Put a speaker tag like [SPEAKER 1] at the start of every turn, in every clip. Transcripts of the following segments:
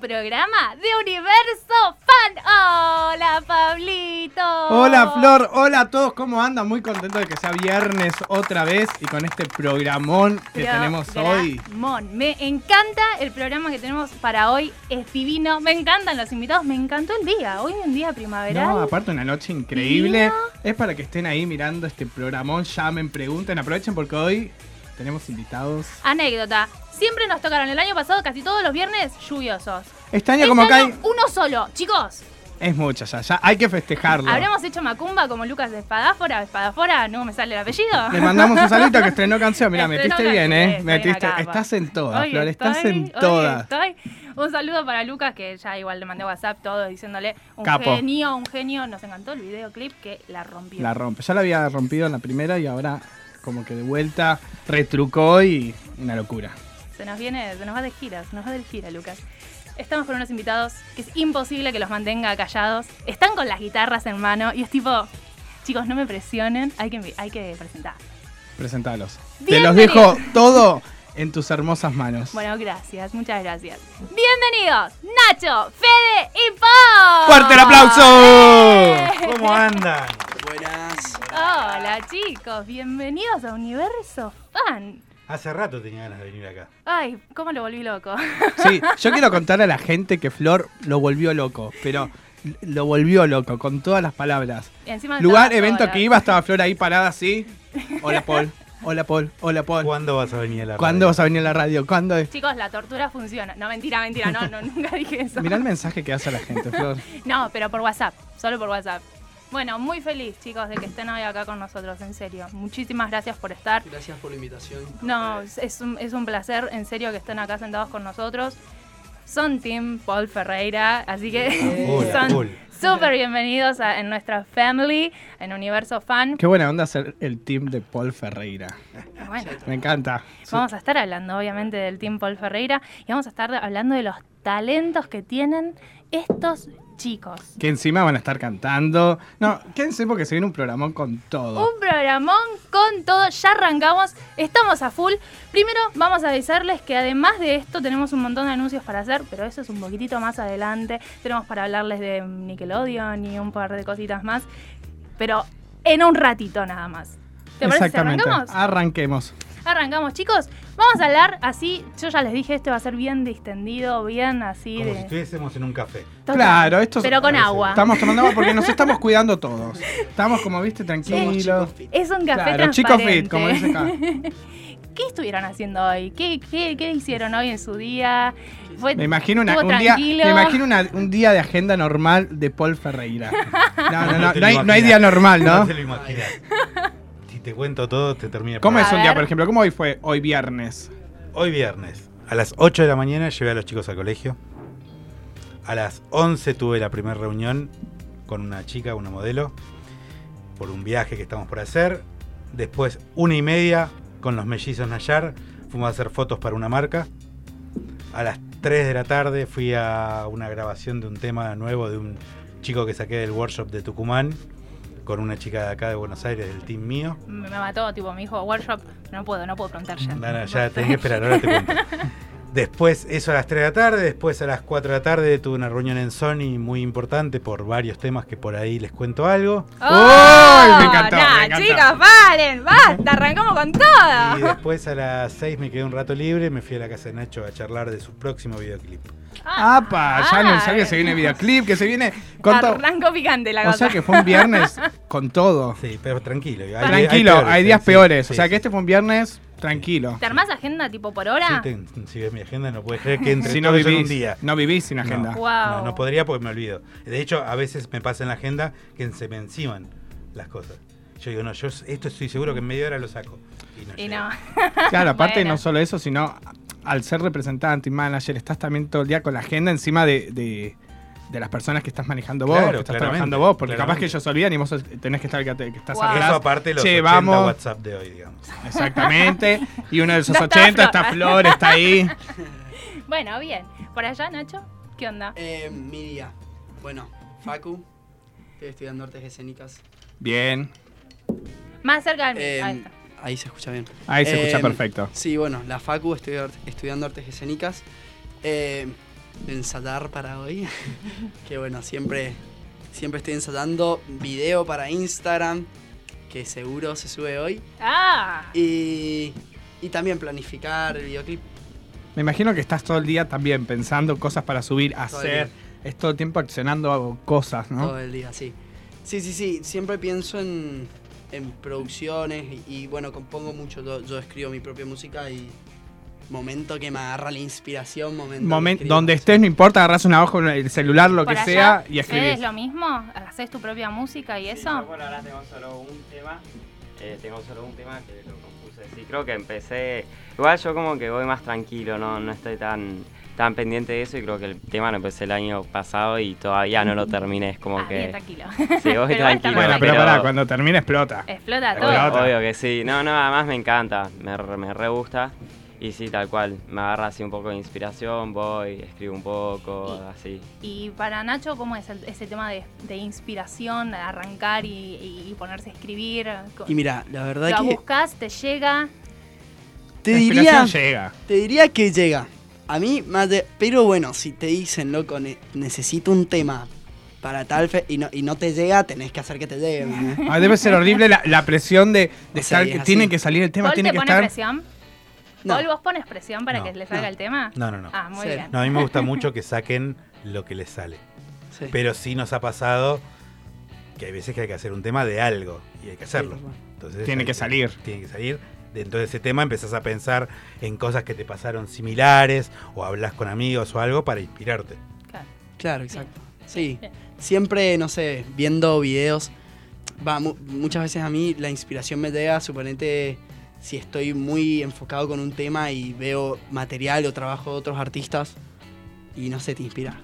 [SPEAKER 1] programa de Universo Fan. Hola, Pablito.
[SPEAKER 2] Hola, Flor. Hola a todos. ¿Cómo andan? Muy contento de que sea viernes otra vez y con este programón que
[SPEAKER 1] Pero,
[SPEAKER 2] tenemos hoy.
[SPEAKER 1] Gramón, me encanta el programa que tenemos para hoy. Es divino. Me encantan los invitados. Me encantó el día. Hoy un día primaveral.
[SPEAKER 2] No, aparte una noche increíble.
[SPEAKER 1] Divino.
[SPEAKER 2] Es para que estén ahí mirando este programón, llamen, pregunten, aprovechen porque hoy tenemos invitados.
[SPEAKER 1] Anécdota. Siempre nos tocaron el año pasado casi todos los viernes lluviosos.
[SPEAKER 2] Este año
[SPEAKER 1] Este
[SPEAKER 2] como acá
[SPEAKER 1] año, uno solo, chicos.
[SPEAKER 2] es mucho ya, ya hay que festejarlo.
[SPEAKER 1] Habremos hecho macumba como Lucas de Espadafora. Espadafora, no me sale el apellido.
[SPEAKER 2] Le mandamos un saludo que estrenó canción. Mira,
[SPEAKER 1] Estrenó
[SPEAKER 2] metiste
[SPEAKER 1] canción,
[SPEAKER 2] bien, ¿eh?
[SPEAKER 1] estoy
[SPEAKER 2] Metiste,
[SPEAKER 1] acá,
[SPEAKER 2] estás en todas,
[SPEAKER 1] Hoy
[SPEAKER 2] Flor, estás
[SPEAKER 1] estoy,
[SPEAKER 2] en
[SPEAKER 1] hoy
[SPEAKER 2] todas.
[SPEAKER 1] estoy. Un saludo para Lucas, que ya igual le mandé WhatsApp todo diciéndole un
[SPEAKER 2] Capo.
[SPEAKER 1] genio, un genio. Nos encantó el videoclip que la rompió.
[SPEAKER 2] La rompe. Ya la había rompido en la primera y ahora como que de vuelta retrucó y una locura.
[SPEAKER 1] Se nos viene, se nos va de gira, se nos va del gira, Lucas. Estamos con unos invitados que es imposible que los mantenga callados. Están con las guitarras en mano y es tipo, chicos, no me presionen, hay que, envi- hay que presentar.
[SPEAKER 2] Presentalos. Te los
[SPEAKER 1] Bienvenidos.
[SPEAKER 2] dejo todo en tus hermosas manos.
[SPEAKER 1] Bueno, gracias, muchas gracias. Bienvenidos, Nacho, Fede y Pau.
[SPEAKER 2] ¡Fuerte el aplauso!
[SPEAKER 1] ¡Eh!
[SPEAKER 3] ¿Cómo andan?
[SPEAKER 4] Buenas.
[SPEAKER 1] Hola chicos, bienvenidos a Universo Fan.
[SPEAKER 3] Hace rato tenía ganas de venir acá.
[SPEAKER 1] Ay, cómo lo volví loco.
[SPEAKER 2] Sí, yo quiero contarle a la gente que Flor lo volvió loco, pero lo volvió loco con todas las palabras.
[SPEAKER 1] Y encima
[SPEAKER 2] Lugar,
[SPEAKER 1] estaba
[SPEAKER 2] evento
[SPEAKER 1] sola.
[SPEAKER 2] que iba, estaba Flor ahí parada así. Hola Paul, hola Paul, hola Paul.
[SPEAKER 3] ¿Cuándo vas a venir a la
[SPEAKER 2] ¿Cuándo vas
[SPEAKER 3] radio?
[SPEAKER 2] a venir a la radio? ¿Cuándo? es?
[SPEAKER 1] Chicos, la tortura funciona. No, mentira, mentira, no, no nunca dije eso.
[SPEAKER 2] Mirá el mensaje que hace a la gente, Flor.
[SPEAKER 1] No, pero por WhatsApp, solo por WhatsApp. Bueno, muy feliz chicos de que estén hoy acá con nosotros, en serio. Muchísimas gracias por estar.
[SPEAKER 4] Gracias por la invitación.
[SPEAKER 1] No, es- es un, es un placer, en serio, que estén acá sentados con nosotros. Son Team Paul Ferreira, así que
[SPEAKER 3] Full, full.
[SPEAKER 1] son súper bienvenidos a- en nuestra family, en Universo Fan.
[SPEAKER 2] Qué buena onda ser el team de Paul Ferreira.
[SPEAKER 1] Bueno,
[SPEAKER 2] Me encanta.
[SPEAKER 1] vamos a estar hablando, obviamente, del Team Paul Ferreira y vamos a estar hablando de los talentos que tienen estos chicos.
[SPEAKER 2] Que encima van a estar cantando. No, quédense porque se viene un programón con todo.
[SPEAKER 1] Un programón con todo, ya arrancamos, estamos a full. Primero vamos a avisarles que además de esto tenemos un montón de anuncios para hacer, pero eso es un poquitito más adelante. Tenemos para hablarles de Nickelodeon y un par de cositas más, pero en un ratito nada más. ¿Te parece si
[SPEAKER 2] Exactamente. Ah.
[SPEAKER 1] arrancamos?
[SPEAKER 2] Arranquemos.
[SPEAKER 1] Arrancamos, chicos. Vamos a hablar así, yo ya les dije, este va a ser bien distendido, bien así
[SPEAKER 3] Como si
[SPEAKER 1] de...
[SPEAKER 3] estuviésemos en un café.
[SPEAKER 1] Total.
[SPEAKER 2] Claro, esto es-
[SPEAKER 1] Pero con
[SPEAKER 3] parece-
[SPEAKER 1] agua.
[SPEAKER 2] Estamos tomando agua porque nos estamos cuidando todos. Estamos, como viste,
[SPEAKER 4] Somos
[SPEAKER 2] tranquilos.
[SPEAKER 4] chicos fit.
[SPEAKER 1] Es un café
[SPEAKER 2] Claro, chicos
[SPEAKER 1] transparente.
[SPEAKER 2] fit, como dice acá.
[SPEAKER 1] ¿Qué estuvieron haciendo hoy? ¿Qué, qué, qué hicieron hoy en su día? Fue-
[SPEAKER 2] Me imagino, una-
[SPEAKER 1] estuvo
[SPEAKER 2] un, día,
[SPEAKER 1] tranquilo.
[SPEAKER 2] me imagino una- un día de agenda normal de Paul Ferreira. No, no, no,
[SPEAKER 3] te
[SPEAKER 2] no
[SPEAKER 3] lo
[SPEAKER 2] hay, no hay
[SPEAKER 3] imaginas.
[SPEAKER 2] día normal,
[SPEAKER 3] No
[SPEAKER 2] ¿no?
[SPEAKER 3] te lo imaginas. Si te cuento todo, te termina. el
[SPEAKER 2] ¿Cómo es
[SPEAKER 1] A
[SPEAKER 2] un día,
[SPEAKER 1] ver.
[SPEAKER 2] por ejemplo? ¿Cómo hoy fue? Hoy viernes.
[SPEAKER 3] programa. Hoy viernes, a las 8 de la mañana llevé a los chicos al colegio. A las 11 tuve la primera reunión con una chica, una modelo, por un viaje que estamos por hacer. Después, una y media, con los mellizos Nayar, fuimos a hacer fotos para una marca. A las 3 de la tarde fui a una grabación de un tema nuevo de un chico que saqué del workshop de Tucumán, con una chica de acá de Buenos Aires, del team mío.
[SPEAKER 1] Me me mató, tipo, me dijo workshop. No puedo, no puedo preguntar ya.
[SPEAKER 3] No, no, ya tenés que esperar, ahora te cuento. Después, eso a las 3 de la tarde, después a las 4 de la tarde tuve una reunión en Sony muy importante por varios temas que por ahí les cuento algo.
[SPEAKER 2] ¡Uy! Me encantó,
[SPEAKER 1] ¡Oh! nah,
[SPEAKER 2] me encantó.
[SPEAKER 1] chicas, paren, basta, arrancamos con
[SPEAKER 3] Y
[SPEAKER 1] todo.
[SPEAKER 3] después a las 6 me quedé un rato libre, me fui a la casa de Nacho a charlar de su próximo videoclip.
[SPEAKER 2] Ah,
[SPEAKER 1] Ah,
[SPEAKER 2] ¡Apa! Ya anunciaron que se viene
[SPEAKER 1] bien.
[SPEAKER 2] videoclip, que se viene con todo.
[SPEAKER 1] Arranco Ah, picante la
[SPEAKER 2] O
[SPEAKER 1] cosa.
[SPEAKER 2] sea que fue un viernes con todo.
[SPEAKER 3] Sí, pero tranquilo. hay- hay
[SPEAKER 2] Tranquilo,
[SPEAKER 3] peores,
[SPEAKER 2] hay días
[SPEAKER 3] sí,
[SPEAKER 2] peores.
[SPEAKER 3] sí,
[SPEAKER 2] O sea
[SPEAKER 3] sí.
[SPEAKER 2] que este fue un viernes tranquilo.
[SPEAKER 1] ¿Te armás agenda tipo por
[SPEAKER 3] Sí,
[SPEAKER 1] hora?
[SPEAKER 3] ten- si ves mi agenda no puedes creer que entre
[SPEAKER 2] Si no
[SPEAKER 3] todos en
[SPEAKER 2] vivís,
[SPEAKER 3] un día.
[SPEAKER 2] no vivís sin agenda.
[SPEAKER 3] No,
[SPEAKER 1] Wow.
[SPEAKER 3] No, no podría porque me olvido. De hecho, a veces me pasa en la agenda que se me enciman las cosas. Yo digo, no, yo esto estoy seguro que en media hora lo saco. Y no.
[SPEAKER 1] Y
[SPEAKER 3] llego.
[SPEAKER 1] no.
[SPEAKER 2] Claro, aparte
[SPEAKER 1] Bueno.
[SPEAKER 2] no solo eso, sino al ser representante y manager, estás también todo el día con la agenda encima de, de- de las personas que estás manejando vos,
[SPEAKER 3] Claro,
[SPEAKER 2] que estás
[SPEAKER 3] claramente,
[SPEAKER 2] trabajando vos, porque capaz
[SPEAKER 3] claramente.
[SPEAKER 2] que ellos se olvidan y vos tenés que estar que, te- que estás
[SPEAKER 1] Wow.
[SPEAKER 2] atrás.
[SPEAKER 3] Eso aparte los
[SPEAKER 2] Che,
[SPEAKER 3] 80
[SPEAKER 2] vamos.
[SPEAKER 3] WhatsApp de hoy, digamos.
[SPEAKER 2] Exactamente. Y uno de esos
[SPEAKER 1] No estaba
[SPEAKER 2] 80
[SPEAKER 1] Flor.
[SPEAKER 2] está Flor, está ahí.
[SPEAKER 1] Bueno, bien. ¿Por allá, Nacho? ¿Qué onda?
[SPEAKER 4] Eh, mi día. Bueno, Facu. Estoy estudiando artes escénicas.
[SPEAKER 2] Bien.
[SPEAKER 1] Más cerca del
[SPEAKER 4] Eh,
[SPEAKER 1] micro, ahí está.
[SPEAKER 4] ahí se escucha bien.
[SPEAKER 2] Ahí
[SPEAKER 1] Em,
[SPEAKER 2] se escucha
[SPEAKER 4] Eh,
[SPEAKER 2] perfecto.
[SPEAKER 4] Sí, bueno, la Facu, estoy ar- estudiando artes escénicas. Eh, de ensalar para hoy. que bueno, siempre, siempre estoy ensalando video para Instagram, que seguro se sube hoy.
[SPEAKER 1] ¡Ah!
[SPEAKER 4] Y, y también planificar el videoclip.
[SPEAKER 2] Me imagino que estás todo el día también pensando cosas para subir,
[SPEAKER 4] Todo el día.
[SPEAKER 2] hacer. Es todo el tiempo accionando cosas, ¿no?
[SPEAKER 4] Todo el día, sí. Sí, sí, sí. Siempre pienso en, en producciones y, y, bueno, compongo mucho. Yo, yo escribo mi propia música y momento que me agarra la inspiración, momento. que
[SPEAKER 2] Momen-
[SPEAKER 4] escribo,
[SPEAKER 2] donde
[SPEAKER 4] sí.
[SPEAKER 2] estés, no importa, agarras una hoja, un- el celular, lo
[SPEAKER 1] Por
[SPEAKER 2] que
[SPEAKER 1] allá,
[SPEAKER 2] sea,
[SPEAKER 1] ¿ustedes
[SPEAKER 2] y escribís.
[SPEAKER 1] lo mismo? ¿Haces tu propia música y
[SPEAKER 5] Sí,
[SPEAKER 1] eso?
[SPEAKER 5] yo, bueno, ahora tengo solo un tema. eh, tengo solo un tema que lo compuse. Sí, creo que empecé. Igual yo como que voy más tranquilo, no, no estoy tan, tan pendiente de eso. Y creo que el tema lo empecé el año pasado y todavía no lo terminé. Es como
[SPEAKER 1] Ah, bien,
[SPEAKER 5] que.
[SPEAKER 1] tranquilo.
[SPEAKER 5] Sí, voy
[SPEAKER 1] Pero igual
[SPEAKER 5] tranquilo.
[SPEAKER 1] también
[SPEAKER 2] Bueno,
[SPEAKER 1] hay Eh,
[SPEAKER 2] pero
[SPEAKER 1] que-
[SPEAKER 5] Pero-
[SPEAKER 2] pará, cuando termina explota.
[SPEAKER 1] Explota todo.
[SPEAKER 2] Explota.
[SPEAKER 5] Obvio, obvio que sí. No, no, además me encanta. Me, re- me re gusta. Y sí, tal cual. Me agarra así un poco de inspiración, voy, escribo un poco, así.
[SPEAKER 1] Y para Nacho, ¿cómo es el- ese tema de, de inspiración, de arrancar y, y- y ponerse a escribir?
[SPEAKER 4] Y mira, la verdad
[SPEAKER 1] ¿Lo
[SPEAKER 4] que
[SPEAKER 1] buscas? ¿Te llega?
[SPEAKER 4] te
[SPEAKER 2] La
[SPEAKER 4] diría,
[SPEAKER 2] inspiración llega.
[SPEAKER 4] te diría que llega. A mí más de... Pero bueno, si te dicen, loco, ne- necesito un tema para tal fe y no, y no te llega, tenés que hacer que te llegue. ¿no?
[SPEAKER 2] Ah, debe ser horrible la, la presión de, de
[SPEAKER 4] O sea,
[SPEAKER 2] estar-
[SPEAKER 4] es
[SPEAKER 2] que
[SPEAKER 4] así.
[SPEAKER 2] tiene que salir el tema,
[SPEAKER 1] ¿Paul
[SPEAKER 2] tiene
[SPEAKER 1] te
[SPEAKER 2] que
[SPEAKER 1] pone
[SPEAKER 2] estar.
[SPEAKER 1] presión?
[SPEAKER 4] No.
[SPEAKER 1] ¿Paul vos pones presión para
[SPEAKER 3] No,
[SPEAKER 1] que le salga
[SPEAKER 4] no.
[SPEAKER 1] el tema?
[SPEAKER 3] No, no, no.
[SPEAKER 1] Ah, muy
[SPEAKER 4] Cero.
[SPEAKER 1] bien.
[SPEAKER 3] No, a mí me gusta mucho que saquen lo que les sale.
[SPEAKER 4] Sí.
[SPEAKER 3] Pero sí nos ha pasado que hay veces que hay que hacer un tema de algo y hay que hacerlo.
[SPEAKER 4] Sí, tal cual.
[SPEAKER 3] Entonces,
[SPEAKER 2] Tiene
[SPEAKER 3] hay
[SPEAKER 2] que salir.
[SPEAKER 3] Tiene que salir. Dentro de ese tema empezás a pensar en cosas que te pasaron similares o hablas con amigos o algo para inspirarte.
[SPEAKER 1] Claro.
[SPEAKER 4] Claro, exacto. Sí.
[SPEAKER 1] Bien.
[SPEAKER 4] Siempre, no sé, viendo videos. Va, mu- muchas veces a mí la inspiración me llega, suponete, si estoy muy enfocado con un tema y veo material o trabajo de otros artistas y no sé, te inspira.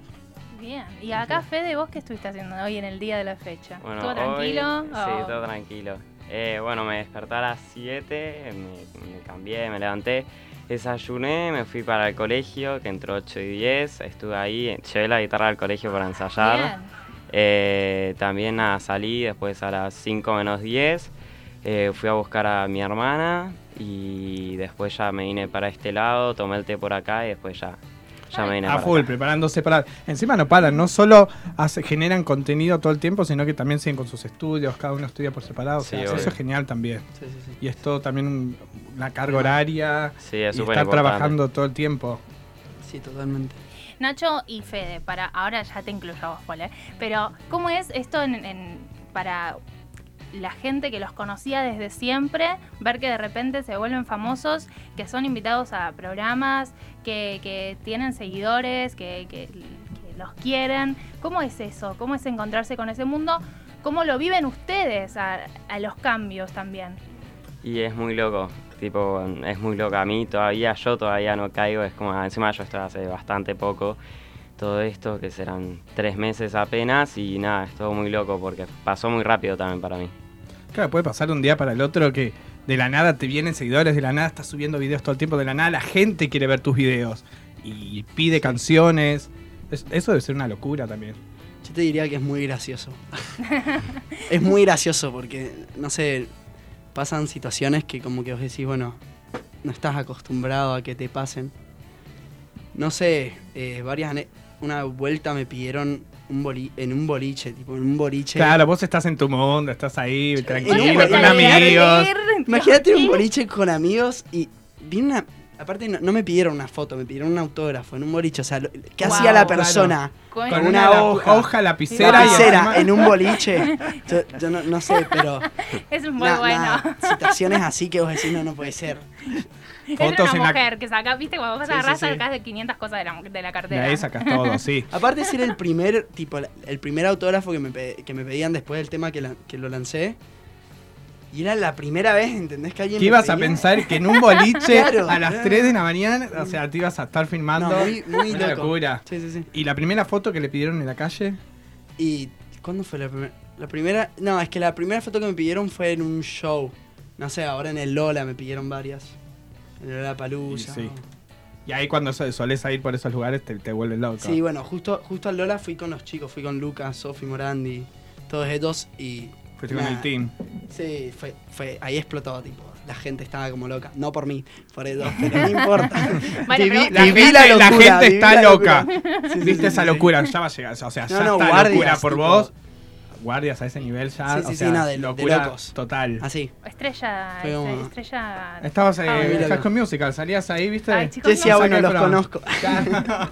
[SPEAKER 1] Bien. Y acá, Fede, ¿vos qué estuviste haciendo hoy en el día de la fecha?
[SPEAKER 5] Bueno,
[SPEAKER 1] ¿Estuvo
[SPEAKER 5] hoy-
[SPEAKER 1] tranquilo? Oh.
[SPEAKER 5] Sí,
[SPEAKER 1] o-
[SPEAKER 5] todo tranquilo. Eh, bueno, me desperté a las 7, me, me cambié, me levanté, desayuné, me fui para el colegio, que entró 8 y 10, estuve ahí, llevé la guitarra al colegio para ensayar.
[SPEAKER 1] Bien.
[SPEAKER 5] Eh, también nada, salí después a las 5 menos 10, eh, fui a buscar a mi hermana y después ya me vine para este lado, tomé el té por acá y después ya,
[SPEAKER 1] Ah.
[SPEAKER 5] ya me vine
[SPEAKER 2] A
[SPEAKER 5] para
[SPEAKER 2] full,
[SPEAKER 5] acá.
[SPEAKER 2] preparándose para. Encima no paran, no solo hace- generan contenido todo el tiempo, sino que también siguen con sus estudios, cada uno estudia por separado. o sea,
[SPEAKER 5] Sí,
[SPEAKER 2] eso
[SPEAKER 5] obvio.
[SPEAKER 2] es genial también.
[SPEAKER 4] Sí, sí, sí.
[SPEAKER 2] Y es todo también un- una carga horaria.
[SPEAKER 5] Sí,
[SPEAKER 2] Y
[SPEAKER 5] es súper
[SPEAKER 2] estar trabajando todo el tiempo.
[SPEAKER 4] Sí, totalmente.
[SPEAKER 1] Nacho y Fede, para ahora ya te incluyo a vos, Paul, ¿eh? pero ¿cómo es esto en- en- para la gente que los conocía desde siempre, ver que de repente se vuelven famosos, que son invitados a programas, que, que tienen seguidores, que, que- que los quieren? ¿Cómo es eso? ¿Cómo es encontrarse con ese mundo? ¿Cómo lo viven ustedes a, a los cambios también?
[SPEAKER 5] Y es muy loco, tipo, es muy loco. A mí todavía, yo todavía no caigo, es como, ah, encima yo estoy hace bastante poco, todo esto, que serán tres meses apenas, y nada, es todo muy loco porque pasó muy rápido también para mí.
[SPEAKER 2] Claro, puede pasar de un día para el otro que de la nada te vienen seguidores, de la nada estás subiendo videos todo el tiempo, de la nada la gente quiere ver tus videos y pide canciones. Es- eso debe ser una locura también.
[SPEAKER 4] Yo te diría que es muy gracioso. es muy gracioso porque, no sé, pasan situaciones que como que vos decís, bueno, no estás acostumbrado a que te pasen. No sé, eh, varias ane- una vuelta me pidieron un boli- en un boliche, tipo en un boliche.
[SPEAKER 2] Claro, vos estás en tu mundo, estás ahí,
[SPEAKER 4] Vos
[SPEAKER 2] tranquilo,
[SPEAKER 4] te
[SPEAKER 2] con
[SPEAKER 4] puedes
[SPEAKER 2] amigos.
[SPEAKER 4] Imagínate un boliche con amigos y vi una aparte no, no me pidieron una foto, me pidieron un autógrafo en un boliche, o sea, lo- ¿qué
[SPEAKER 1] Wow,
[SPEAKER 4] hacía la
[SPEAKER 1] claro.
[SPEAKER 4] persona?
[SPEAKER 1] Con-
[SPEAKER 2] Con
[SPEAKER 4] una
[SPEAKER 2] una la- hoja,
[SPEAKER 4] hoja.
[SPEAKER 2] lapicera, y
[SPEAKER 4] Lapicera
[SPEAKER 2] encima-
[SPEAKER 4] en un boliche. Yo, yo no, no sé, pero
[SPEAKER 1] Es muy
[SPEAKER 4] Na-
[SPEAKER 1] bueno.
[SPEAKER 4] nada, situaciones así que vos decís, no, no puede ser.
[SPEAKER 2] Fotos
[SPEAKER 1] es
[SPEAKER 2] en
[SPEAKER 1] una
[SPEAKER 2] la-
[SPEAKER 1] mujer que saca, viste, cuando vas
[SPEAKER 4] Sí,
[SPEAKER 1] a
[SPEAKER 4] sí,
[SPEAKER 1] agarrar,
[SPEAKER 4] sí.
[SPEAKER 1] sacás de 500 cosas de la, de la
[SPEAKER 2] De
[SPEAKER 1] cartera.
[SPEAKER 2] ahí sacas todo, sí.
[SPEAKER 4] Aparte de ser el primer, tipo, el primer autógrafo que me, pe- que me pedían después del tema que, la- que lo lancé. Y era la primera vez, ¿entendés? Que alguien
[SPEAKER 2] ¿Qué
[SPEAKER 4] me
[SPEAKER 2] ibas a
[SPEAKER 4] pedía?
[SPEAKER 2] pensar que en un boliche
[SPEAKER 4] Claro.
[SPEAKER 2] a las 3 de la mañana, o sea, te ibas a estar filmando?
[SPEAKER 4] No, muy, muy
[SPEAKER 2] una
[SPEAKER 4] loco.
[SPEAKER 2] locura.
[SPEAKER 4] Sí, sí, sí.
[SPEAKER 2] ¿Y la primera foto que le pidieron en la calle?
[SPEAKER 4] ¿Y cuándo fue la primera? La primera, no, es que la primera foto que me pidieron fue en un show. No sé, ahora en el Lola me pidieron varias. En el Lola Palusa.
[SPEAKER 2] Y sí. Y ahí cuando so- solés ir por esos lugares te, te vuelves loco.
[SPEAKER 4] Sí, bueno, justo, justo al Lola fui con los chicos, fui con Lucas, Sofi, Morandi, todos ellos y
[SPEAKER 2] Fuiste Pues con
[SPEAKER 4] Nah.
[SPEAKER 2] el team.
[SPEAKER 4] sí, fue, fue, ahí explotó, tipo. la gente estaba como loca. No por mí, por eso, pero no importa.
[SPEAKER 1] Bueno,
[SPEAKER 4] Viví-
[SPEAKER 1] pero-
[SPEAKER 2] La
[SPEAKER 4] viví
[SPEAKER 2] gente,
[SPEAKER 4] la locura,
[SPEAKER 2] la gente
[SPEAKER 4] viví
[SPEAKER 2] está
[SPEAKER 4] la
[SPEAKER 2] loca.
[SPEAKER 4] locura.
[SPEAKER 2] Viste
[SPEAKER 4] sí,
[SPEAKER 2] esa
[SPEAKER 4] sí.
[SPEAKER 2] locura, ya va a llegar. O sea, ya
[SPEAKER 4] No, no,
[SPEAKER 2] está
[SPEAKER 4] guardias,
[SPEAKER 2] locura por
[SPEAKER 4] tipo-
[SPEAKER 2] vos. Guardias a ese nivel ya.
[SPEAKER 4] Sí,
[SPEAKER 2] o
[SPEAKER 4] sí, sí,
[SPEAKER 2] sea,
[SPEAKER 4] no, de- de
[SPEAKER 2] locura
[SPEAKER 4] locos.
[SPEAKER 2] total.
[SPEAKER 4] Así.
[SPEAKER 1] Estrella,
[SPEAKER 4] Fue como-
[SPEAKER 1] estrella.
[SPEAKER 2] Estabas ahí,
[SPEAKER 1] Ah,
[SPEAKER 2] en
[SPEAKER 4] mira.
[SPEAKER 2] High School Musical, salías ahí, ¿viste?
[SPEAKER 1] Ay, chicos,
[SPEAKER 4] Jessy, ah,
[SPEAKER 1] no,
[SPEAKER 4] bueno,
[SPEAKER 2] Zac
[SPEAKER 4] los
[SPEAKER 2] Efron.
[SPEAKER 4] conozco.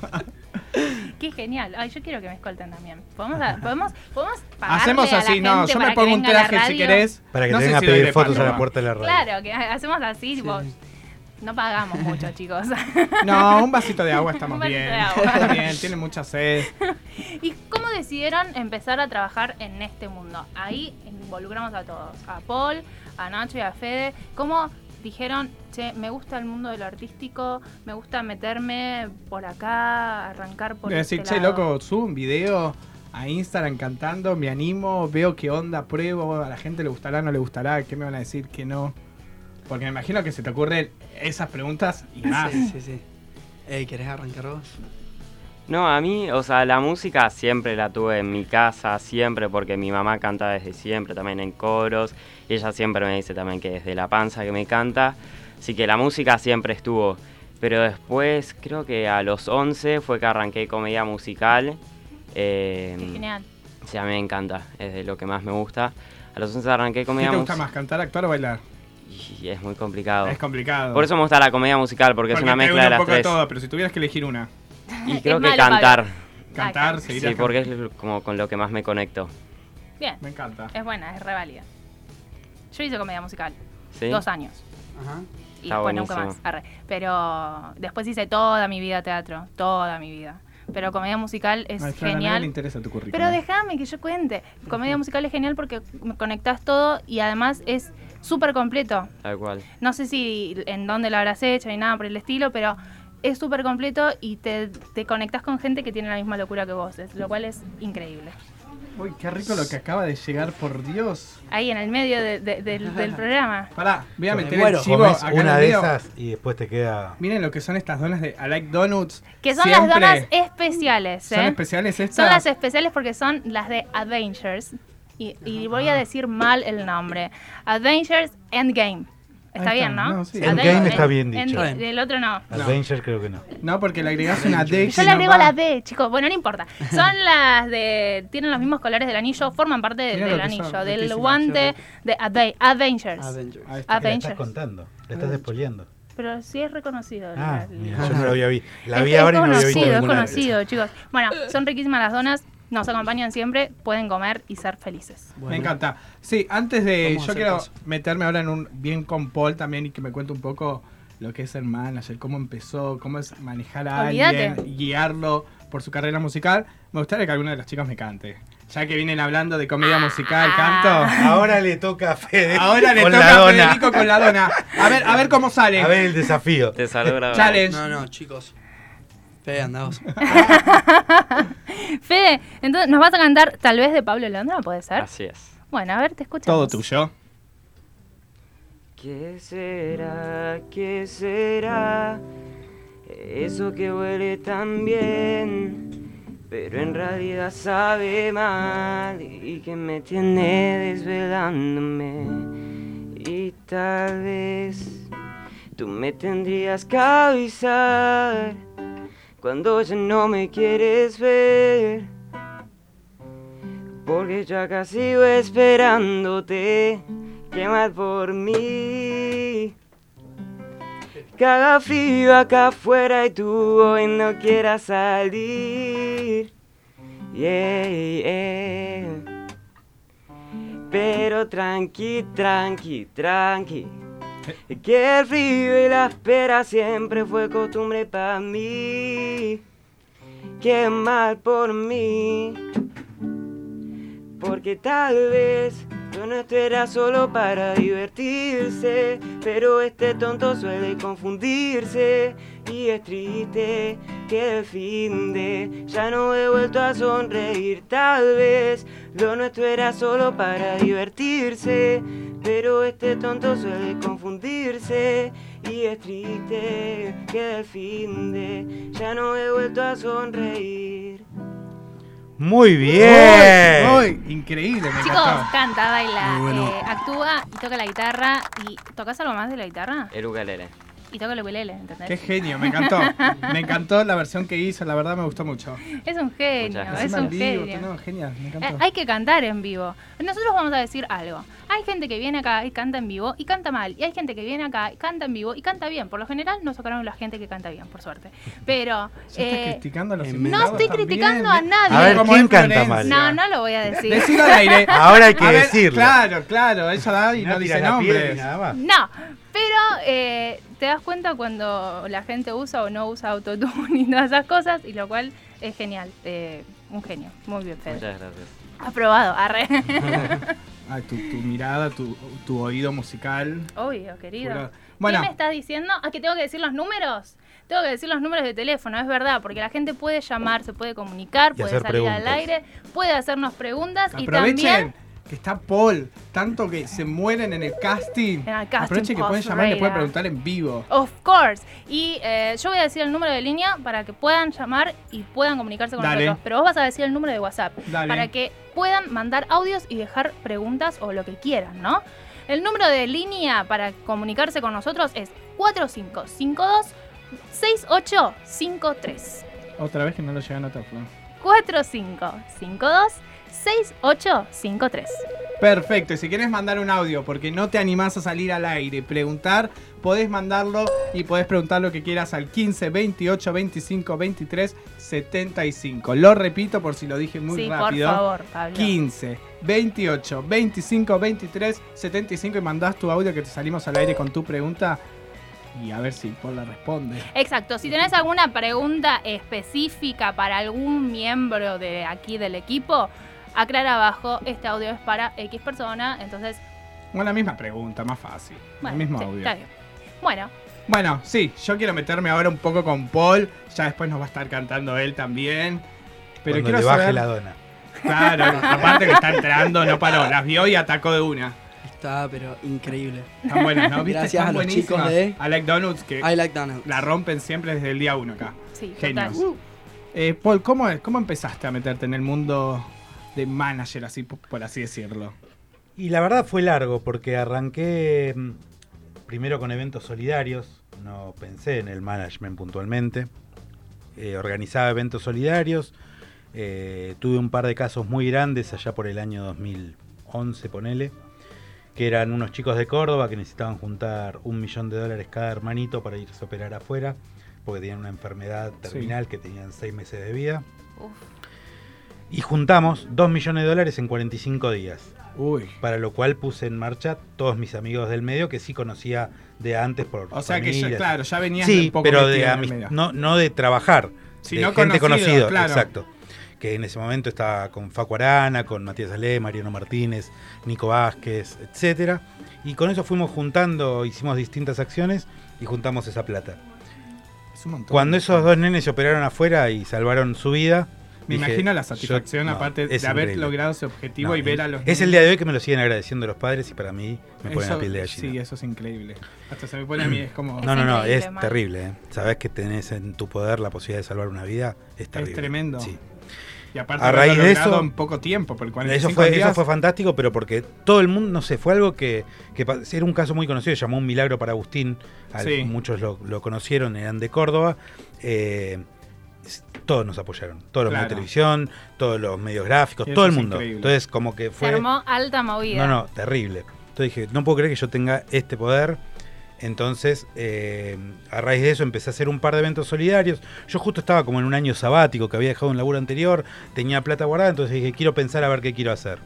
[SPEAKER 1] qué genial. Ay, yo quiero que me escolten también. ¿Podemos, a- podemos, podemos pagarle
[SPEAKER 2] Hacemos
[SPEAKER 1] a la
[SPEAKER 2] así, no,
[SPEAKER 1] gente
[SPEAKER 2] yo me
[SPEAKER 1] para que
[SPEAKER 2] pongo un
[SPEAKER 1] venga a la
[SPEAKER 2] traje si
[SPEAKER 1] radio?
[SPEAKER 2] querés.
[SPEAKER 3] Para que
[SPEAKER 2] no
[SPEAKER 3] te
[SPEAKER 2] sé
[SPEAKER 3] vengan
[SPEAKER 2] si
[SPEAKER 3] a pedir
[SPEAKER 2] doy de
[SPEAKER 3] fotos
[SPEAKER 2] paso,
[SPEAKER 3] a la
[SPEAKER 2] no.
[SPEAKER 3] puerta de la radio.
[SPEAKER 1] Claro, que ha- hacemos así, tipo, no pagamos mucho, chicos.
[SPEAKER 2] No, un vasito de agua estamos
[SPEAKER 1] Un vasito
[SPEAKER 2] bien.
[SPEAKER 1] de agua.
[SPEAKER 2] Está bien, tiene mucha sed.
[SPEAKER 1] ¿Y cómo decidieron empezar a trabajar en este mundo? Ahí involucramos a todos, a Paul, a Nacho y a Fede. ¿Cómo dijeron, che, me gusta el mundo de lo artístico, me gusta meterme por acá, arrancar por
[SPEAKER 2] Voy a decir,
[SPEAKER 1] este
[SPEAKER 2] che,
[SPEAKER 1] lado"?
[SPEAKER 2] loco, subo un video a Instagram cantando, me animo, veo qué onda, pruebo, a la gente le gustará, no le gustará, qué me van a decir, qué no. Porque me imagino que se te ocurren esas preguntas y más.
[SPEAKER 4] Sí, sí, sí. Ey, ¿querés arrancar vos?
[SPEAKER 6] No, a mí, o sea, la música siempre la tuve en mi casa, siempre, porque mi mamá canta desde siempre, también en coros, y ella siempre me dice también que desde la panza que me canta, así que la música siempre estuvo. Pero después, creo que a los 11 fue que arranqué comedia musical. eh,
[SPEAKER 1] Qué genial.
[SPEAKER 6] sí, a mí me encanta, es de lo que más me gusta. A los 11 arranqué
[SPEAKER 2] ¿Qué
[SPEAKER 6] comedia
[SPEAKER 2] te gusta
[SPEAKER 6] musical.
[SPEAKER 2] más, cantar, actuar o bailar?
[SPEAKER 6] Y es muy complicado.
[SPEAKER 2] Es complicado.
[SPEAKER 6] Por eso me gusta la comedia musical, porque, es
[SPEAKER 2] Porque
[SPEAKER 6] una
[SPEAKER 2] te
[SPEAKER 6] mezcla
[SPEAKER 2] une
[SPEAKER 6] de
[SPEAKER 2] un
[SPEAKER 6] las
[SPEAKER 2] poco de
[SPEAKER 6] tres.
[SPEAKER 2] todo, pero si tuvieras que elegir una,
[SPEAKER 6] Y
[SPEAKER 1] Es
[SPEAKER 6] creo que
[SPEAKER 1] malo, Pablo.
[SPEAKER 6] cantar.
[SPEAKER 2] cantar,
[SPEAKER 1] Acá.
[SPEAKER 2] seguir
[SPEAKER 6] Sí, porque es como con lo que más me conecto.
[SPEAKER 1] Bien,
[SPEAKER 2] Me encanta.
[SPEAKER 1] es buena, es reválida. Yo hice comedia musical,
[SPEAKER 6] ¿sí?
[SPEAKER 1] dos años.
[SPEAKER 4] Ajá.
[SPEAKER 1] Y
[SPEAKER 6] Está
[SPEAKER 1] después nunca
[SPEAKER 6] buenísimo.
[SPEAKER 1] más. arre. Pero después hice toda mi vida teatro, toda mi vida. Pero comedia musical es
[SPEAKER 2] Ay, Fran, a nadie
[SPEAKER 1] genial.
[SPEAKER 2] le interesa tu currículum.
[SPEAKER 1] Pero déjame que yo cuente. Comedia musical es genial porque me conectás todo y además es súper completo.
[SPEAKER 6] Tal cual.
[SPEAKER 1] No sé si en dónde lo habrás hecho ni nada por el estilo, pero es súper completo y te, te conectás con gente que tiene la misma locura que vos, es- lo cual es increíble.
[SPEAKER 2] Uy, qué rico lo que acaba de llegar, por Dios.
[SPEAKER 1] Ahí en el medio de- de- del, del programa.
[SPEAKER 2] Pará, voy a
[SPEAKER 4] Me
[SPEAKER 2] meter
[SPEAKER 4] muero.
[SPEAKER 2] el chivo
[SPEAKER 3] Comes
[SPEAKER 2] acá en
[SPEAKER 3] una
[SPEAKER 2] el
[SPEAKER 3] de
[SPEAKER 2] video.
[SPEAKER 3] esas y después te queda.
[SPEAKER 2] Miren lo que son estas donas de I Like Donuts.
[SPEAKER 1] Que son
[SPEAKER 2] Siempre
[SPEAKER 1] las donas especiales, ¿eh?
[SPEAKER 2] ¿Son especiales estas?
[SPEAKER 1] Son las especiales porque son las de Adventures. Y, y voy a decir mal el nombre. Adventures Endgame. Está
[SPEAKER 2] Ahí
[SPEAKER 1] bien,
[SPEAKER 2] está,
[SPEAKER 1] ¿no?
[SPEAKER 2] no, sí.
[SPEAKER 1] Adventures-
[SPEAKER 3] Endgame está bien dicho.
[SPEAKER 1] End- el otro no.
[SPEAKER 2] No.
[SPEAKER 3] Adventure creo que
[SPEAKER 1] Ah,
[SPEAKER 3] no.
[SPEAKER 2] No, porque le agregás una D.
[SPEAKER 1] Yo
[SPEAKER 2] que
[SPEAKER 1] le
[SPEAKER 2] no
[SPEAKER 1] agrego
[SPEAKER 2] va.
[SPEAKER 1] la D, chicos. Bueno, no importa. Son las de. Tienen los mismos colores del anillo, forman parte de-
[SPEAKER 2] Mirá lo
[SPEAKER 1] del
[SPEAKER 2] que son,
[SPEAKER 1] anillo, del
[SPEAKER 2] riquísimas.
[SPEAKER 1] guante de Adve- Adventures.
[SPEAKER 4] Avengers.
[SPEAKER 1] Ah,
[SPEAKER 3] Te la
[SPEAKER 2] Ahí está.
[SPEAKER 3] estás
[SPEAKER 1] Avengers.
[SPEAKER 3] contando, la estás despoleando.
[SPEAKER 1] Pero sí es reconocido.
[SPEAKER 3] Ah,
[SPEAKER 1] el-
[SPEAKER 3] mira,
[SPEAKER 1] el-
[SPEAKER 3] yo no la había visto. La
[SPEAKER 1] es,
[SPEAKER 3] vi
[SPEAKER 1] es
[SPEAKER 3] ahora y no la había visto.
[SPEAKER 1] conocido, es
[SPEAKER 3] ninguna vez.
[SPEAKER 1] conocido, chicos. Bueno, son riquísimas las donas, nos acompañan siempre, pueden comer y ser felices.
[SPEAKER 2] Me
[SPEAKER 4] Bueno.
[SPEAKER 2] encanta. Sí, antes de.
[SPEAKER 4] Vamos a
[SPEAKER 2] Yo
[SPEAKER 4] hacer
[SPEAKER 2] quiero
[SPEAKER 4] caso.
[SPEAKER 2] meterme ahora en un bien con Paul también y que me cuente un poco lo que es ser manager, cómo empezó, cómo es manejar a
[SPEAKER 1] Olvídate.
[SPEAKER 2] alguien, guiarlo por su carrera musical. Me gustaría que alguna de las chicas me cante. Ya que vienen hablando de comedia
[SPEAKER 1] Ah.
[SPEAKER 2] musical, canto.
[SPEAKER 3] Ahora le toca a Fede.
[SPEAKER 2] Ahora le
[SPEAKER 3] Ah. con
[SPEAKER 2] toca
[SPEAKER 3] la
[SPEAKER 2] a
[SPEAKER 3] dona.
[SPEAKER 2] Federico con la dona. A ver, a ver cómo sale.
[SPEAKER 3] A ver el desafío.
[SPEAKER 5] Eh.
[SPEAKER 6] Te saludo grabado.
[SPEAKER 2] Challenge.
[SPEAKER 4] No, no, chicos. Fede, andá vos.
[SPEAKER 1] Fede, entonces nos vas a cantar tal vez de Pablo Londra, ¿puede ser?
[SPEAKER 6] Así es.
[SPEAKER 1] Bueno, a ver, te escuchamos.
[SPEAKER 2] Todo tuyo.
[SPEAKER 6] ¿Qué será? ¿Qué será? Eso que huele tan bien, pero en realidad sabe mal y que me tiene desvelándome. Y tal vez tú me tendrías que avisar cuando ya no me quieres ver, porque ya casi sigo esperándote. Quemar por mí. Que haga frío acá afuera y tú hoy no quieras salir. Yeah, yeah. Pero tranqui, tranqui, tranqui. Que el frío y la espera siempre fue costumbre para mí. Quemar por mí. Porque tal vez lo nuestro era solo para divertirse, pero este tonto suele confundirse y es triste que el fin de ya no he vuelto a sonreír. Tal vez lo nuestro era solo para divertirse, pero este tonto suele confundirse y es triste que el fin de ya no he vuelto a sonreír.
[SPEAKER 3] Muy bien.
[SPEAKER 2] Muy, muy increíble, me
[SPEAKER 1] Chicos,
[SPEAKER 2] encantó.
[SPEAKER 1] canta, baila,
[SPEAKER 4] Muy bueno.
[SPEAKER 1] eh, actúa y toca la guitarra. ¿Y tocas algo más de la
[SPEAKER 2] Eh.
[SPEAKER 1] guitarra?
[SPEAKER 5] El ukelele.
[SPEAKER 1] Y toca el ukelele, ¿entendés?
[SPEAKER 2] Qué genio, me encantó. Me encantó la versión que hizo, la verdad me gustó mucho.
[SPEAKER 1] Es un genio,
[SPEAKER 5] Muchas
[SPEAKER 1] es
[SPEAKER 2] Encima en
[SPEAKER 1] un
[SPEAKER 2] vivo,
[SPEAKER 1] genio.
[SPEAKER 2] no, genial, me
[SPEAKER 1] Eh,
[SPEAKER 2] encantó.
[SPEAKER 1] Hay que cantar en vivo. Nosotros vamos a decir algo. Hay gente que viene acá y canta en vivo y canta mal. Y hay gente que viene acá y canta en vivo y canta bien. Por lo general nos sacaron la gente que canta bien, por suerte. Pero
[SPEAKER 2] Ya estás
[SPEAKER 1] eh,
[SPEAKER 2] criticando a los
[SPEAKER 4] no
[SPEAKER 1] no
[SPEAKER 2] invitados
[SPEAKER 1] estoy
[SPEAKER 2] también.
[SPEAKER 1] criticando a nadie.
[SPEAKER 3] A ver,
[SPEAKER 2] Como
[SPEAKER 3] ¿quién
[SPEAKER 2] es
[SPEAKER 3] canta
[SPEAKER 2] Florencia.
[SPEAKER 3] mal?
[SPEAKER 1] no, no lo voy a decir.
[SPEAKER 2] Decilo al aire.
[SPEAKER 3] Ahora hay que
[SPEAKER 2] A ver,
[SPEAKER 3] decirlo.
[SPEAKER 2] Claro, claro, ella da y no,
[SPEAKER 3] tiras
[SPEAKER 2] dice
[SPEAKER 3] la piedra
[SPEAKER 2] nombres.
[SPEAKER 3] ni nada más.
[SPEAKER 1] No, pero eh, te das cuenta cuando la gente usa o no usa autotune y todas esas cosas, y lo cual es genial. Eh, un genio. Muy bien, Fede.
[SPEAKER 5] Muchas gracias.
[SPEAKER 1] Aprobado, arre.
[SPEAKER 2] Ah, tu, tu mirada, tu, tu oído musical.
[SPEAKER 1] Obvio, querido.
[SPEAKER 2] Jurado. Bueno.
[SPEAKER 1] ¿Qué me estás diciendo? ¿A que tengo que decir los números? Tengo que decir los números de teléfono, es verdad, porque la gente puede llamar, se puede comunicar,
[SPEAKER 3] Y
[SPEAKER 1] puede
[SPEAKER 3] hacer
[SPEAKER 1] salir al
[SPEAKER 3] preguntas.
[SPEAKER 1] aire, puede hacernos preguntas y
[SPEAKER 2] Aprovechen
[SPEAKER 1] también
[SPEAKER 2] que está Paul, tanto que se mueren en el casting.
[SPEAKER 1] En el casting,
[SPEAKER 2] Aprovechen que
[SPEAKER 1] Paul
[SPEAKER 2] pueden llamar y le pueden
[SPEAKER 1] Ferreira.
[SPEAKER 2] preguntar en vivo.
[SPEAKER 1] Of course. Y eh, yo voy a decir el número de línea para que puedan llamar y puedan comunicarse con
[SPEAKER 2] Dale.
[SPEAKER 1] nosotros. Pero vos vas a decir el número de WhatsApp
[SPEAKER 2] Dale.
[SPEAKER 1] para que puedan mandar audios y dejar preguntas o lo que quieran, ¿no? El número de línea para comunicarse con nosotros es 4552 6853.
[SPEAKER 2] Otra vez que no lo llegan a Flor.
[SPEAKER 1] 4552 6853.
[SPEAKER 2] Perfecto, y si quieres mandar un audio porque no te animás a salir al aire y preguntar, podés mandarlo y podés preguntar lo que quieras al 15 28 25 23 75. Lo repito por si lo dije muy
[SPEAKER 1] sí,
[SPEAKER 2] rápido.
[SPEAKER 1] por favor, Pablo.
[SPEAKER 2] 15 28 25 23 75 y mandás tu audio que te salimos al aire con tu pregunta y a ver si Paul la responde.
[SPEAKER 1] Exacto, si tenés alguna pregunta específica para algún miembro de aquí del equipo, aclara abajo, este audio es para X persona, entonces,
[SPEAKER 2] Bueno, la misma pregunta, más fácil.
[SPEAKER 1] bueno,
[SPEAKER 2] el mismo
[SPEAKER 1] sí,
[SPEAKER 2] audio.
[SPEAKER 1] está bien. Bueno,
[SPEAKER 2] Bueno, sí, yo quiero meterme ahora un poco con Paul. Ya después nos va a estar cantando él también. Pero
[SPEAKER 3] Cuando
[SPEAKER 2] quiero
[SPEAKER 3] le baje
[SPEAKER 2] saber-
[SPEAKER 3] la dona.
[SPEAKER 2] Claro, aparte que está entrando, no paró. Las vio y atacó de una.
[SPEAKER 4] Está, pero increíble.
[SPEAKER 2] Están buenas, ¿no? ¿Viste?
[SPEAKER 4] Gracias
[SPEAKER 2] Están
[SPEAKER 4] a los chicos
[SPEAKER 2] buenísimas.
[SPEAKER 4] de-
[SPEAKER 2] A Like Donuts, que
[SPEAKER 4] I like Donald.
[SPEAKER 2] Eh, la rompen siempre desde el día uno acá.
[SPEAKER 1] sí,
[SPEAKER 2] Genios.
[SPEAKER 4] Uh.
[SPEAKER 1] total.
[SPEAKER 2] Eh, Paul, ¿cómo, es- ¿cómo empezaste a meterte en el mundo de manager, así por por así decirlo?
[SPEAKER 3] Y la verdad fue largo porque arranqué mm, primero con eventos solidarios, no pensé en el management puntualmente, Eh, organizaba eventos solidarios, eh, tuve un par de casos muy grandes allá por el año 2011, ponele, que eran unos chicos de Córdoba que necesitaban juntar un millón de dólares cada hermanito para irse a operar afuera, porque tenían una enfermedad terminal que tenían seis meses de vida,
[SPEAKER 1] Uf,
[SPEAKER 3] y juntamos dos millones de dólares en 45 días.
[SPEAKER 2] Uy.
[SPEAKER 3] Para lo cual puse en marcha todos mis amigos del medio que sí conocía de antes por
[SPEAKER 2] O sea que, ya,
[SPEAKER 3] familias.
[SPEAKER 2] claro, ya venías
[SPEAKER 3] sí,
[SPEAKER 2] un poco
[SPEAKER 3] pero
[SPEAKER 2] metido
[SPEAKER 3] de
[SPEAKER 2] en el
[SPEAKER 3] amist-
[SPEAKER 2] medio.
[SPEAKER 3] no, no de trabajar, de
[SPEAKER 2] Sino
[SPEAKER 3] gente
[SPEAKER 2] conocido,
[SPEAKER 3] conocida,
[SPEAKER 2] claro.
[SPEAKER 3] exacto. Que en ese momento estaba con Facu Arana, con Matías Ale, Mariano Martínez, Nico Vázquez, etcétera. Y con eso fuimos juntando, hicimos distintas acciones y juntamos esa plata.
[SPEAKER 2] Es un montón.
[SPEAKER 3] Cuando esos dos nenes se operaron afuera y salvaron su vida.
[SPEAKER 2] Me
[SPEAKER 3] dije,
[SPEAKER 2] imagino la
[SPEAKER 3] yo-
[SPEAKER 2] satisfacción,
[SPEAKER 3] no,
[SPEAKER 2] aparte de
[SPEAKER 3] es
[SPEAKER 2] haber
[SPEAKER 3] increíble.
[SPEAKER 2] logrado ese objetivo
[SPEAKER 3] No,
[SPEAKER 2] y ver a los.
[SPEAKER 3] Es el día de hoy que me lo siguen agradeciendo los padres y para mí me ponen
[SPEAKER 2] Eso-
[SPEAKER 3] la piel de gallina. Mm.
[SPEAKER 2] Sí, eso es increíble. Hasta se me pone a mí, es como.
[SPEAKER 1] Es
[SPEAKER 3] no, no, no,
[SPEAKER 1] increíble,
[SPEAKER 3] es
[SPEAKER 1] Mar.
[SPEAKER 3] terrible. ¿eh? Sabes que tenés en tu poder la posibilidad de salvar una vida, es terrible.
[SPEAKER 2] tremendo.
[SPEAKER 3] Sí.
[SPEAKER 2] Y aparte,
[SPEAKER 3] a
[SPEAKER 2] haberlo
[SPEAKER 3] raíz de
[SPEAKER 2] logrado
[SPEAKER 3] eso-
[SPEAKER 2] en poco tiempo, por 45
[SPEAKER 3] Eso fue,
[SPEAKER 2] días.
[SPEAKER 3] eso fue fantástico, pero porque todo el mundo, no sé, fue algo que, que pa- era un caso muy conocido, se llamó un milagro para Agustín, al-
[SPEAKER 2] Sí.
[SPEAKER 3] muchos lo, lo conocieron, eran de Córdoba. eh, s- todos nos apoyaron, todos los medios de
[SPEAKER 2] Claro.
[SPEAKER 3] televisión, todos los medios gráficos,
[SPEAKER 2] Eso
[SPEAKER 3] todo el
[SPEAKER 2] es
[SPEAKER 3] mundo.
[SPEAKER 2] increíble.
[SPEAKER 3] Entonces, como que
[SPEAKER 1] se
[SPEAKER 3] fue...
[SPEAKER 1] armó alta movida.
[SPEAKER 3] No, no, terrible. Entonces dije, no puedo creer que yo tenga este poder. Entonces, eh, a raíz de eso empecé a hacer un par de eventos solidarios. Yo justo estaba como en un año sabático que había dejado un laburo anterior, tenía plata guardada, entonces dije, quiero pensar a ver qué quiero hacer.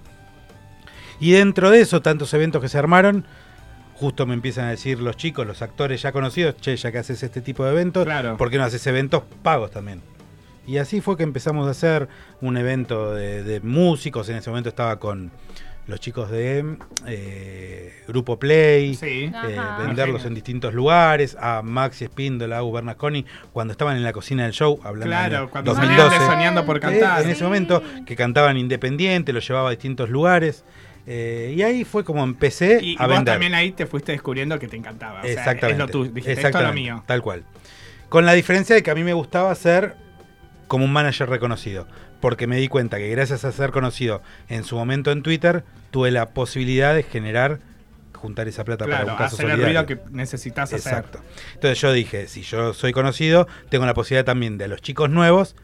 [SPEAKER 3] Y dentro de eso, tantos eventos que se armaron, justo me empiezan a decir los chicos, los actores ya conocidos, che, ya que haces este tipo de eventos,
[SPEAKER 2] Claro.
[SPEAKER 3] ¿por qué no haces eventos pagos también? Y así fue que empezamos a hacer un evento de, de músicos. En ese momento estaba con los chicos de eh, Grupo Play,
[SPEAKER 2] Sí.
[SPEAKER 1] No.
[SPEAKER 3] eh,
[SPEAKER 1] Ajá.
[SPEAKER 3] venderlos
[SPEAKER 2] Genios.
[SPEAKER 3] en distintos lugares. A Maxi Espíndola, a Hugo Bernasconi, cuando estaban en la cocina del show, hablando
[SPEAKER 2] Claro,
[SPEAKER 3] en
[SPEAKER 2] cuando
[SPEAKER 3] 2012.
[SPEAKER 2] salían de soñando por
[SPEAKER 3] Eh,
[SPEAKER 2] cantar.
[SPEAKER 3] En ese momento, que cantaban independiente, los llevaba a distintos lugares. Eh, y ahí fue como empecé
[SPEAKER 2] Y, y
[SPEAKER 3] a
[SPEAKER 2] vos
[SPEAKER 3] vender.
[SPEAKER 2] también ahí te fuiste descubriendo que te encantaba. O sea,
[SPEAKER 3] Exactamente.
[SPEAKER 2] es lo tuyo. Dijiste, esto es lo
[SPEAKER 3] Exactamente,
[SPEAKER 2] mío.
[SPEAKER 3] Tal cual. Con la diferencia de que a mí me gustaba hacer como un manager reconocido. Porque me di cuenta que gracias a ser conocido en su momento en Twitter, tuve la posibilidad de generar, juntar esa plata para
[SPEAKER 2] Claro,
[SPEAKER 3] un caso
[SPEAKER 2] hacer el
[SPEAKER 3] solidario.
[SPEAKER 2] ruido que necesitas hacer.
[SPEAKER 3] Exacto. Entonces yo dije, si yo soy conocido, tengo la posibilidad también de a los chicos nuevos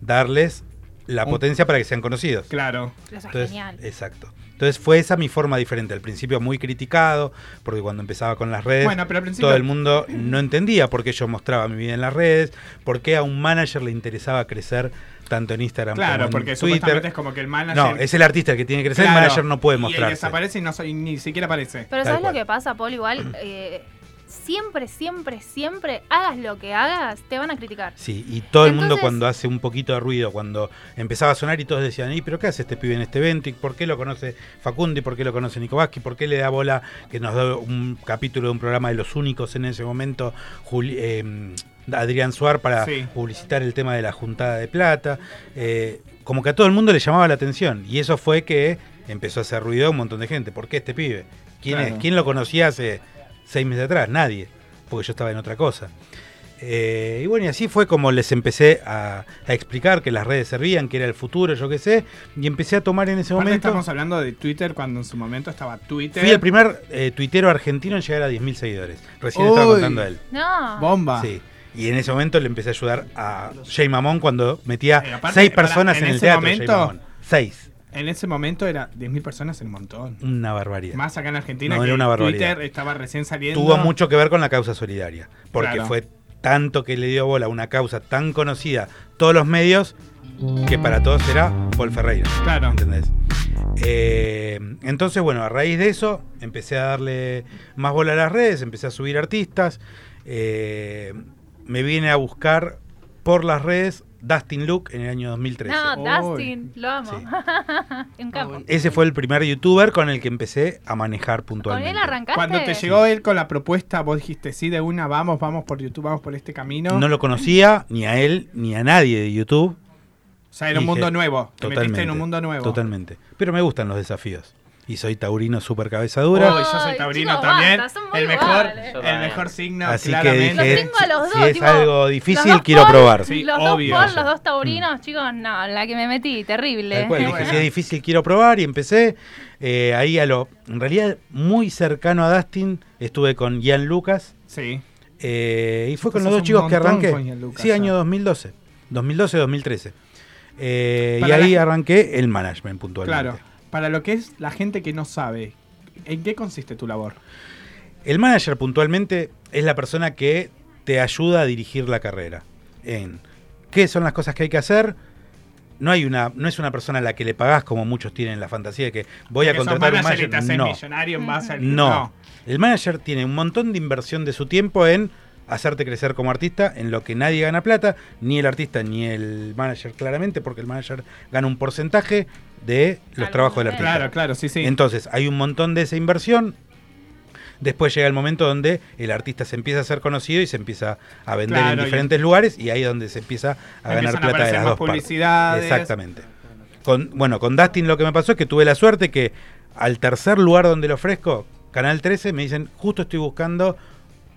[SPEAKER 3] darles la
[SPEAKER 2] Un-
[SPEAKER 3] potencia para que sean conocidos.
[SPEAKER 2] Claro.
[SPEAKER 1] Eso es
[SPEAKER 3] Entonces, eh,
[SPEAKER 1] genial.
[SPEAKER 3] Exacto. Entonces fue esa mi forma diferente. Al principio muy criticado, porque cuando empezaba con las redes,
[SPEAKER 2] Bueno, pero al principio.
[SPEAKER 3] todo el mundo no entendía por qué yo mostraba mi vida en las redes, por qué a un manager le interesaba crecer tanto en Instagram como
[SPEAKER 2] Claro,
[SPEAKER 3] en
[SPEAKER 2] porque supuestamente
[SPEAKER 3] Twitter.
[SPEAKER 2] es como que el manager.
[SPEAKER 3] No, es el artista el que tiene que crecer,
[SPEAKER 2] Claro,
[SPEAKER 3] el manager no puede
[SPEAKER 2] y- Y
[SPEAKER 3] mostrarse.
[SPEAKER 2] desaparece y no, soy- ni siquiera aparece.
[SPEAKER 1] Pero
[SPEAKER 3] Tal
[SPEAKER 1] ¿sabes
[SPEAKER 3] cual.
[SPEAKER 1] lo que pasa, Paul? Igual, eh, siempre, siempre, siempre, hagas lo que hagas, te van a criticar.
[SPEAKER 3] Sí, y todo el mundo
[SPEAKER 1] Entonces-
[SPEAKER 3] cuando hace un poquito de ruido, cuando empezaba a sonar y todos decían, ¿y pero qué hace este pibe en este evento? ¿Y por qué lo conoce Facundo? ¿Y por qué lo conoce Nico Vázquez? ¿Por qué le da bola que nos da un capítulo de un programa de los únicos en ese momento, Juli- eh, Adrián Suar, para
[SPEAKER 2] Sí.
[SPEAKER 3] publicitar el tema de la juntada de plata? Eh, como que a todo el mundo le llamaba la atención y eso fue que empezó a hacer ruido un montón de gente. ¿Por qué este pibe? ¿Quién
[SPEAKER 2] Claro.
[SPEAKER 3] es? ¿Quién lo conocía hace seis meses atrás? Nadie, porque yo estaba en otra cosa. Eh, y bueno, y así fue como les empecé a, a explicar que las redes servían, que era el futuro, yo qué sé, y empecé a tomar en ese
[SPEAKER 2] Aparte
[SPEAKER 3] momento.
[SPEAKER 2] estamos hablando de Twitter cuando en su momento estaba Twitter.
[SPEAKER 3] Fui el primer eh, tuitero argentino en llegar a 10.000 seguidores. Recién le estaba
[SPEAKER 2] Uy. Ah.
[SPEAKER 3] contando a él.
[SPEAKER 1] No.
[SPEAKER 2] Bomba.
[SPEAKER 3] Sí. Y en ese momento le empecé a ayudar a Jay Mamón cuando metía
[SPEAKER 2] Eh, aparte,
[SPEAKER 3] seis
[SPEAKER 2] pará,
[SPEAKER 3] personas
[SPEAKER 2] en
[SPEAKER 3] en, el
[SPEAKER 2] ese
[SPEAKER 3] teatro.
[SPEAKER 2] momento-
[SPEAKER 3] Jay Mamón. Seis.
[SPEAKER 2] En ese momento era 10.000 personas en un montón.
[SPEAKER 3] Una barbaridad.
[SPEAKER 2] Más acá en Argentina
[SPEAKER 3] No,
[SPEAKER 2] que
[SPEAKER 3] era una barbaridad.
[SPEAKER 2] Twitter estaba recién saliendo.
[SPEAKER 3] tuvo mucho que ver con la causa solidaria, porque
[SPEAKER 2] Claro.
[SPEAKER 3] fue tanto que le dio bola a una causa tan conocida, todos los medios, que para todos era Paul Ferreira.
[SPEAKER 2] Claro.
[SPEAKER 3] ¿Entendés? Eh, entonces, bueno, a raíz de eso empecé a darle más bola a las redes, empecé a subir artistas. eh, me viene a buscar por las redes Dustin Luke en el año 2013.
[SPEAKER 1] No,
[SPEAKER 2] Uy.
[SPEAKER 1] Dustin, lo amo.
[SPEAKER 3] Sí.
[SPEAKER 1] Un capo.
[SPEAKER 4] bueno.
[SPEAKER 3] Ese fue el primer youtuber con el que empecé a manejar
[SPEAKER 1] Con
[SPEAKER 3] puntualmente.
[SPEAKER 1] él arrancaste.
[SPEAKER 2] Cuando te llegó él con la propuesta, vos dijiste sí de una, vamos, vamos por YouTube, vamos por este camino.
[SPEAKER 3] No lo conocía ni a él ni a nadie de YouTube.
[SPEAKER 2] o sea, era un
[SPEAKER 3] dije,
[SPEAKER 2] mundo nuevo. Te
[SPEAKER 3] Totalmente.
[SPEAKER 2] metiste en un mundo nuevo.
[SPEAKER 3] Totalmente. Pero me gustan los desafíos. Y soy taurino super cabeza
[SPEAKER 2] Uy,
[SPEAKER 3] dura.
[SPEAKER 2] yo soy
[SPEAKER 1] Ay,
[SPEAKER 2] taurino
[SPEAKER 1] chicos,
[SPEAKER 2] también.
[SPEAKER 1] basta, son muy
[SPEAKER 2] el mejor,
[SPEAKER 1] iguales.
[SPEAKER 5] Yo
[SPEAKER 2] el
[SPEAKER 5] también.
[SPEAKER 2] mejor signo,
[SPEAKER 3] Así que
[SPEAKER 2] claramente.
[SPEAKER 1] Los
[SPEAKER 3] dije,
[SPEAKER 1] tengo a los
[SPEAKER 3] si
[SPEAKER 1] dos,
[SPEAKER 3] es
[SPEAKER 1] tipo,
[SPEAKER 3] algo
[SPEAKER 1] Los
[SPEAKER 3] difícil,
[SPEAKER 1] dos
[SPEAKER 3] quiero
[SPEAKER 1] Paul,
[SPEAKER 3] probar. Mm.
[SPEAKER 2] Sí,
[SPEAKER 1] los dos
[SPEAKER 2] obvio.
[SPEAKER 1] Paul, los dos taurinos, chicos, no, la que me metí, terrible.
[SPEAKER 3] Tal cual,
[SPEAKER 2] Eh,
[SPEAKER 3] dije,
[SPEAKER 2] bueno.
[SPEAKER 3] si es difícil, quiero probar. Y empecé eh, ahí a lo... En realidad, muy cercano a Dustin, estuve con Ian Lucas.
[SPEAKER 2] Sí.
[SPEAKER 3] eh, y fue con
[SPEAKER 2] Entonces
[SPEAKER 3] los dos chicos
[SPEAKER 2] un
[SPEAKER 3] que
[SPEAKER 2] montón
[SPEAKER 3] arranqué.
[SPEAKER 2] con Ian Lucas, ah.
[SPEAKER 3] sí,
[SPEAKER 2] ya.
[SPEAKER 3] año 2012. 2012-2013. Eh, y
[SPEAKER 2] Para la
[SPEAKER 3] ahí
[SPEAKER 2] gente-
[SPEAKER 3] arranqué el management puntualmente.
[SPEAKER 2] Claro, para lo que es la gente que no sabe, ¿en qué consiste tu labor?
[SPEAKER 3] El manager puntualmente es la persona que te ayuda a dirigir la carrera. En qué son las cosas que hay que hacer. No hay una, no es una persona a la que le pagás como muchos tienen la fantasía de que voy a
[SPEAKER 2] Que sos
[SPEAKER 3] contratar un
[SPEAKER 2] manager y te
[SPEAKER 3] manager.
[SPEAKER 2] haces
[SPEAKER 3] No,
[SPEAKER 2] millonario en base al-
[SPEAKER 3] no. El manager tiene un montón de inversión de su tiempo en hacerte crecer como artista, en lo que nadie gana plata, ni el artista ni el manager claramente, porque el manager gana un porcentaje de los
[SPEAKER 1] Algo
[SPEAKER 3] trabajos del
[SPEAKER 1] de-
[SPEAKER 3] artista.
[SPEAKER 2] Claro, claro, sí, sí.
[SPEAKER 3] Entonces, hay un montón de esa inversión. Después llega el momento donde el artista se empieza a ser conocido y se empieza a vender
[SPEAKER 2] Claro,
[SPEAKER 3] en
[SPEAKER 2] y-
[SPEAKER 3] diferentes lugares y ahí es donde se empieza a ganar plata
[SPEAKER 2] Empiezan
[SPEAKER 3] de
[SPEAKER 2] aparecer
[SPEAKER 3] las
[SPEAKER 2] más
[SPEAKER 3] dos partes.
[SPEAKER 2] publicidades.
[SPEAKER 3] Exactamente. Con, bueno, con Dustin lo que me pasó es que tuve la suerte que al tercer lugar donde lo ofrezco, Canal 13, me dicen, justo estoy buscando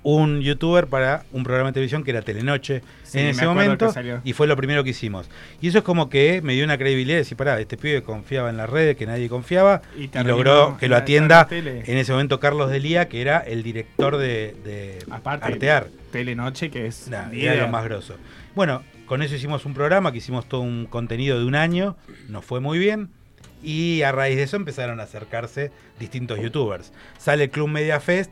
[SPEAKER 3] un youtuber para un programa de televisión que era Telenoche
[SPEAKER 2] Sí,
[SPEAKER 3] en
[SPEAKER 2] me
[SPEAKER 3] ese
[SPEAKER 2] acuerdo
[SPEAKER 3] momento
[SPEAKER 2] que salió.
[SPEAKER 3] y fue lo primero que hicimos. Y eso es como que me dio una credibilidad de decir, pará, este pibe confiaba en las redes, que nadie confiaba,
[SPEAKER 2] Y
[SPEAKER 3] y,
[SPEAKER 2] terminó
[SPEAKER 3] logró que
[SPEAKER 2] en
[SPEAKER 3] lo
[SPEAKER 2] la- en
[SPEAKER 3] atienda
[SPEAKER 2] la tele.
[SPEAKER 3] en ese momento Carlos Delía, que era el director de, de
[SPEAKER 2] Aparte,
[SPEAKER 3] Artear.
[SPEAKER 2] Telenoche, que es
[SPEAKER 3] Nah, era
[SPEAKER 2] líder.
[SPEAKER 3] lo más grosso. Bueno, con eso hicimos un programa que hicimos todo un contenido de un año, nos fue muy bien. Y a raíz de eso empezaron a acercarse distintos youtubers. Sale el Club Media Fest,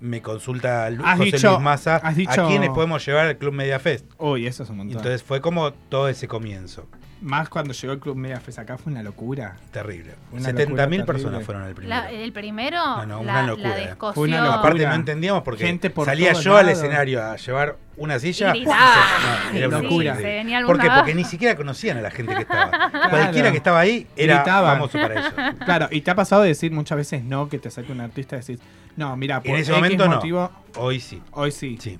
[SPEAKER 3] me consulta Lu-
[SPEAKER 2] Has
[SPEAKER 3] José
[SPEAKER 2] dicho-
[SPEAKER 3] Luis Massa
[SPEAKER 2] has dicho-
[SPEAKER 3] a quiénes podemos llevar al Club Media Fest.
[SPEAKER 2] Uy, eso es un montón.
[SPEAKER 3] Y entonces fue como todo ese comienzo.
[SPEAKER 2] Más cuando llegó el Club Media Fest acá fue una locura.
[SPEAKER 3] Terrible.
[SPEAKER 2] Una locura
[SPEAKER 3] 70.000
[SPEAKER 2] terrible.
[SPEAKER 3] personas fueron el primero.
[SPEAKER 1] La- el primero,
[SPEAKER 3] No, no, una
[SPEAKER 1] la,
[SPEAKER 3] locura,
[SPEAKER 1] la
[SPEAKER 3] eh.
[SPEAKER 1] descoció.
[SPEAKER 2] Fue una locura.
[SPEAKER 3] Aparte no entendíamos porque
[SPEAKER 2] Ah, Gente por
[SPEAKER 3] salía
[SPEAKER 2] todos
[SPEAKER 3] yo al
[SPEAKER 2] lados.
[SPEAKER 3] escenario a llevar una silla.
[SPEAKER 1] Y gritaba.
[SPEAKER 3] No, era una
[SPEAKER 2] Sí,
[SPEAKER 3] locura.
[SPEAKER 2] se
[SPEAKER 1] venía
[SPEAKER 3] ¿Por
[SPEAKER 1] alguna
[SPEAKER 3] qué?
[SPEAKER 1] abajo.
[SPEAKER 3] Porque ni siquiera conocían a la gente que estaba. Cualquiera que estaba ahí era
[SPEAKER 2] Gritaban.
[SPEAKER 3] famoso para ellos.
[SPEAKER 2] Claro, y te ha pasado de decir muchas veces no, que te saque un artista y decís, no, mira, por
[SPEAKER 3] En ese
[SPEAKER 2] X
[SPEAKER 3] momento no.
[SPEAKER 2] motivo,
[SPEAKER 3] Hoy sí.
[SPEAKER 2] hoy sí.
[SPEAKER 3] Sí.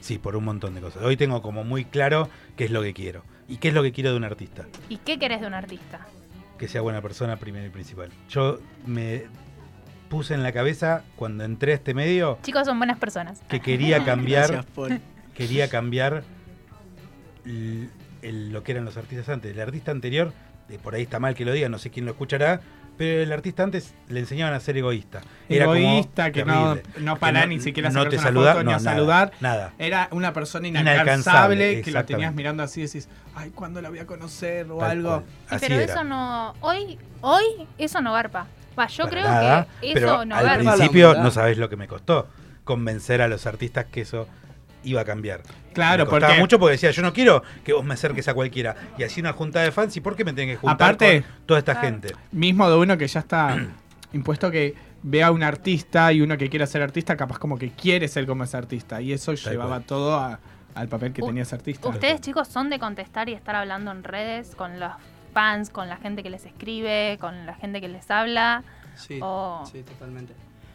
[SPEAKER 3] Sí, por un montón de cosas. Hoy tengo como muy claro qué es lo que quiero. Y qué es lo que quiero de un artista.
[SPEAKER 1] ¿Y qué querés de un artista?
[SPEAKER 3] Que sea buena persona primero y principal. Yo me puse en la cabeza cuando entré a este medio
[SPEAKER 1] Chicos, son buenas personas.
[SPEAKER 3] que quería cambiar
[SPEAKER 4] Gracias, Paul.
[SPEAKER 3] quería cambiar l- el- lo que eran los artistas antes. El artista anterior, eh, por ahí está mal que lo diga, no sé quién lo escuchará, pero el artista antes le enseñaban a ser egoísta. como
[SPEAKER 2] Egoísta, que no,
[SPEAKER 3] terrible.
[SPEAKER 2] no
[SPEAKER 3] Que
[SPEAKER 2] pará ni siquiera
[SPEAKER 3] no
[SPEAKER 2] sacarse
[SPEAKER 3] te
[SPEAKER 2] una
[SPEAKER 3] saluda,
[SPEAKER 2] foto,
[SPEAKER 3] no,
[SPEAKER 2] ni a
[SPEAKER 3] nada,
[SPEAKER 2] saludar.
[SPEAKER 3] Nada.
[SPEAKER 2] Era una persona
[SPEAKER 3] Inalcanzable,
[SPEAKER 2] inalcanzable, que la
[SPEAKER 3] exactamente.
[SPEAKER 2] tenías mirando así y decís, ay, ¿cuándo la voy a conocer? o
[SPEAKER 3] Tal
[SPEAKER 2] algo.
[SPEAKER 3] cual.
[SPEAKER 1] Y
[SPEAKER 3] Así
[SPEAKER 1] pero
[SPEAKER 3] era.
[SPEAKER 1] eso no. Hoy, hoy, eso no garpa. Va, yo
[SPEAKER 3] Para
[SPEAKER 1] creo
[SPEAKER 3] nada,
[SPEAKER 1] que eso
[SPEAKER 3] pero
[SPEAKER 1] no
[SPEAKER 3] al
[SPEAKER 1] garpa.
[SPEAKER 4] Garpa la
[SPEAKER 3] principio
[SPEAKER 4] humildad.
[SPEAKER 3] no sabes lo que me costó convencer a los artistas que eso iba a cambiar.
[SPEAKER 2] Claro,
[SPEAKER 3] me costaba
[SPEAKER 2] porque-
[SPEAKER 3] mucho porque decía, yo no quiero que vos me acerques a cualquiera. Y así una junta de fans, ¿y por qué me tienen que juntar
[SPEAKER 2] Aparte-
[SPEAKER 3] con toda esta
[SPEAKER 1] Claro.
[SPEAKER 3] gente?
[SPEAKER 2] Mismo de uno que ya está impuesto que vea a un artista y uno que quiera ser artista, capaz como que quiere ser como ese artista. Y eso llevaba
[SPEAKER 3] cual.
[SPEAKER 2] todo a- al papel que
[SPEAKER 1] U-
[SPEAKER 2] tenía ese artista.
[SPEAKER 1] Ustedes, chicos, son de contestar y estar hablando en redes con los fans, con la gente que les escribe, con la gente que les habla.
[SPEAKER 4] Sí,
[SPEAKER 1] o-
[SPEAKER 4] sí, totalmente.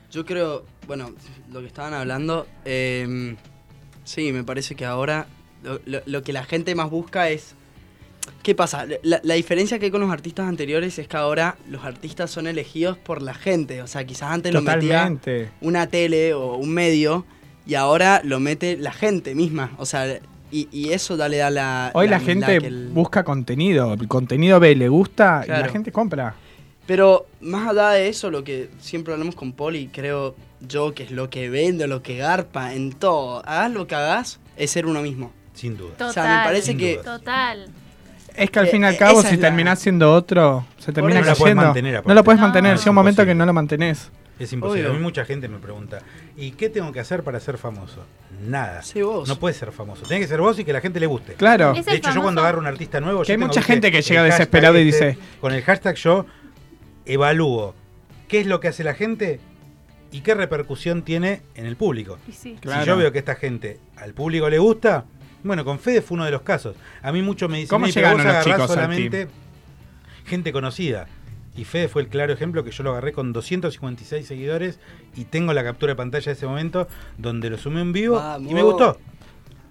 [SPEAKER 4] Yo creo, bueno, lo que estaban hablando, eh, sí, me parece que ahora lo, lo- lo que la gente más busca es... ¿Qué pasa? La, la diferencia que hay con los artistas anteriores es que ahora los artistas son elegidos por la gente. O sea, quizás antes lo metía
[SPEAKER 2] Totalmente.
[SPEAKER 4] una tele o un medio y ahora lo mete la gente misma. O sea, y, y eso da- le da la...
[SPEAKER 2] Hoy la,
[SPEAKER 4] humildad
[SPEAKER 2] gente
[SPEAKER 4] que el-
[SPEAKER 2] busca contenido. El contenido ve, le gusta y la
[SPEAKER 4] Claro.
[SPEAKER 2] gente compra.
[SPEAKER 4] Pero más allá de eso, lo que siempre hablamos con Poli, creo yo que es lo que vende, lo que garpa en todo. Hagas lo que hagas, es ser uno mismo.
[SPEAKER 3] Sin duda.
[SPEAKER 1] Total.
[SPEAKER 4] O sea, me parece
[SPEAKER 3] Sin
[SPEAKER 4] que.
[SPEAKER 3] duda.
[SPEAKER 1] Total.
[SPEAKER 2] Es que al
[SPEAKER 4] Eh,
[SPEAKER 2] fin y al
[SPEAKER 4] eh,
[SPEAKER 2] cabo,
[SPEAKER 4] esa
[SPEAKER 2] si
[SPEAKER 4] es la-
[SPEAKER 2] terminás siendo otro, se termina
[SPEAKER 4] eso. No la
[SPEAKER 2] cayendo.
[SPEAKER 4] podés
[SPEAKER 3] mantener,
[SPEAKER 2] no
[SPEAKER 3] aparte.
[SPEAKER 2] lo puedes
[SPEAKER 1] No.
[SPEAKER 2] mantener. Llega un momento que
[SPEAKER 3] Imposible.
[SPEAKER 2] no lo mantenés.
[SPEAKER 3] Es imposible.
[SPEAKER 4] Obvio.
[SPEAKER 3] A mí mucha gente me pregunta, ¿y qué tengo que hacer para ser famoso? Nada.
[SPEAKER 4] Sé vos.
[SPEAKER 3] No puedes ser famoso. Tenés que ser vos y que la gente le guste.
[SPEAKER 2] Claro.
[SPEAKER 1] Es
[SPEAKER 3] De
[SPEAKER 1] el
[SPEAKER 3] hecho, yo cuando
[SPEAKER 1] famoso-
[SPEAKER 3] agarro un artista nuevo...
[SPEAKER 2] Que
[SPEAKER 3] yo
[SPEAKER 2] hay
[SPEAKER 3] tengo,
[SPEAKER 2] mucha
[SPEAKER 3] ¿viste?
[SPEAKER 2] gente que
[SPEAKER 3] el
[SPEAKER 2] llega
[SPEAKER 3] hashtag
[SPEAKER 2] desesperado y
[SPEAKER 3] este,
[SPEAKER 2] dice-
[SPEAKER 3] Con el hashtag yo evalúo qué es lo que hace la gente y qué repercusión tiene en el público.
[SPEAKER 1] Y sí.
[SPEAKER 2] Claro.
[SPEAKER 3] Si yo veo que esta gente al público le gusta, bueno, con Fede fue uno de los casos. A mí mucho me dicen,
[SPEAKER 2] ¿Cómo
[SPEAKER 3] "Ey, pero
[SPEAKER 2] llegaron
[SPEAKER 3] vos
[SPEAKER 2] los
[SPEAKER 3] agarrás
[SPEAKER 2] chicos al
[SPEAKER 3] solamente gente conocida. Y Fede fue el claro ejemplo que yo lo agarré con 256 seguidores y tengo la captura de pantalla de ese momento donde lo sumé en vivo
[SPEAKER 4] Vamos.
[SPEAKER 3] y me gustó.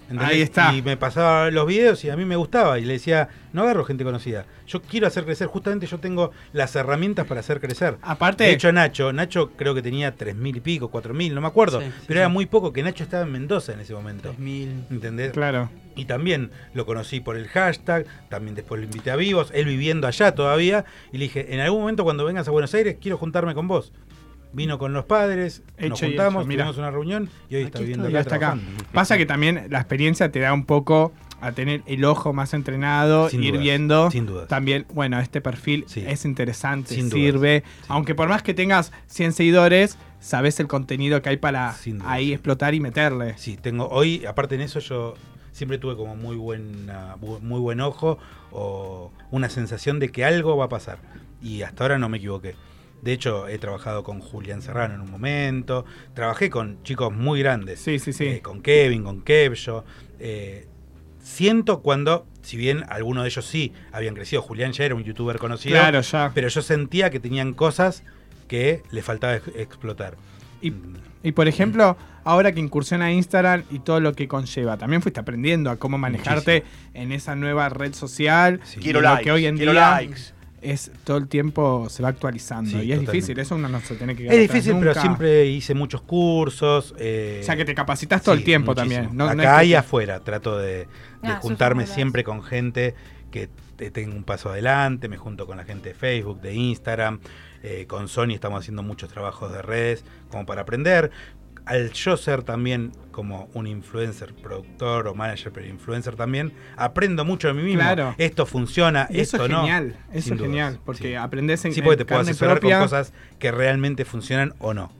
[SPEAKER 3] ¿Entendés?
[SPEAKER 2] Ahí está.
[SPEAKER 3] Y me pasaba los videos y a mí me gustaba. Y le decía, no agarro gente conocida. Yo quiero hacer crecer. Justamente yo tengo las herramientas para hacer crecer.
[SPEAKER 2] Aparte,
[SPEAKER 3] De hecho, Nacho, Nacho creo que tenía 3.000 y pico, 4.000, no me acuerdo.
[SPEAKER 4] Sí, sí,
[SPEAKER 3] pero era
[SPEAKER 4] sí.
[SPEAKER 3] muy poco que Nacho estaba en Mendoza en ese momento.
[SPEAKER 4] 3000.
[SPEAKER 3] ¿Entendés?
[SPEAKER 2] claro.
[SPEAKER 3] Y también lo conocí por el hashtag, también después lo invité a Vivos, él viviendo allá todavía. Y le dije, en algún momento cuando vengas a Buenos Aires, quiero juntarme con vos. Vino con los padres, nos
[SPEAKER 2] Hecho y
[SPEAKER 3] juntamos,
[SPEAKER 2] hecho, mirá.
[SPEAKER 3] tuvimos una reunión y hoy está
[SPEAKER 4] Aquí
[SPEAKER 3] viviendo
[SPEAKER 2] Y
[SPEAKER 3] acá.
[SPEAKER 2] hasta acá.
[SPEAKER 3] trabajando.
[SPEAKER 2] Pasa que también la experiencia te da un poco a tener el ojo más entrenado,
[SPEAKER 3] Sin
[SPEAKER 2] ir
[SPEAKER 3] dudas,
[SPEAKER 2] viendo
[SPEAKER 3] sin dudas.
[SPEAKER 2] también, bueno, este perfil
[SPEAKER 3] Sí.
[SPEAKER 2] es interesante,
[SPEAKER 3] Sin dudas,
[SPEAKER 2] sirve. Aunque por más que tengas 100 seguidores, sabes el contenido que hay para
[SPEAKER 3] Sin dudas,
[SPEAKER 2] ahí
[SPEAKER 3] sí.
[SPEAKER 2] explotar y meterle.
[SPEAKER 3] Sí, tengo hoy, aparte en eso, yo siempre tuve como muy, buena, bu- muy buen ojo o una sensación de que algo va a pasar. Y hasta ahora no me equivoqué. De hecho, he trabajado con Julián Serrano en un momento, trabajé con chicos muy grandes.
[SPEAKER 2] Sí, sí, sí.
[SPEAKER 3] Eh, con Kevin, con Kevjo. Eh, siento cuando, si bien algunos de ellos sí habían crecido, Julián ya era un youtuber conocido,
[SPEAKER 2] claro, ya.
[SPEAKER 3] pero yo sentía que tenían cosas que le faltaba ex- explotar.
[SPEAKER 2] Y-
[SPEAKER 3] Mm,
[SPEAKER 2] Y por ejemplo, ahora que incursiona Instagram y todo lo que conlleva, también fuiste aprendiendo a cómo manejarte en esa nueva red social.
[SPEAKER 3] Sí.
[SPEAKER 2] y
[SPEAKER 7] Quiero
[SPEAKER 2] lo
[SPEAKER 7] likes.
[SPEAKER 2] que hoy en
[SPEAKER 7] quiero
[SPEAKER 2] día
[SPEAKER 7] likes.
[SPEAKER 2] es todo el tiempo se va actualizando.
[SPEAKER 3] Sí,
[SPEAKER 2] y es
[SPEAKER 3] totalmente.
[SPEAKER 2] difícil, eso uno no se tiene que
[SPEAKER 3] Es
[SPEAKER 2] quedar atrás
[SPEAKER 3] difícil, pero
[SPEAKER 2] nunca.
[SPEAKER 3] siempre hice muchos cursos. eh,
[SPEAKER 2] O sea que te capacitas todo
[SPEAKER 3] sí,
[SPEAKER 2] el tiempo
[SPEAKER 3] muchísimo.
[SPEAKER 2] también. No,
[SPEAKER 3] Acá
[SPEAKER 2] No es
[SPEAKER 3] y
[SPEAKER 2] que-
[SPEAKER 3] afuera trato de, de
[SPEAKER 1] Ah, sos
[SPEAKER 3] juntarme
[SPEAKER 1] fabuloso.
[SPEAKER 3] siempre con gente que te- tenga un paso adelante. Me junto con la gente de Facebook, de Instagram. eh, con Sony estamos haciendo muchos trabajos de redes como para aprender. Al yo ser también como un influencer, productor o manager, pero influencer también, aprendo mucho de mí mismo.
[SPEAKER 2] Claro.
[SPEAKER 3] Esto funciona,
[SPEAKER 2] y eso
[SPEAKER 3] esto
[SPEAKER 2] es
[SPEAKER 3] no.
[SPEAKER 2] genial,
[SPEAKER 3] Sin
[SPEAKER 2] eso es
[SPEAKER 3] dudas,
[SPEAKER 2] genial, porque
[SPEAKER 3] sí.
[SPEAKER 2] aprendes en
[SPEAKER 3] Sí, porque te
[SPEAKER 2] en
[SPEAKER 3] puedo
[SPEAKER 2] carne
[SPEAKER 3] asesorar
[SPEAKER 2] propia.
[SPEAKER 3] con cosas que realmente funcionan o no.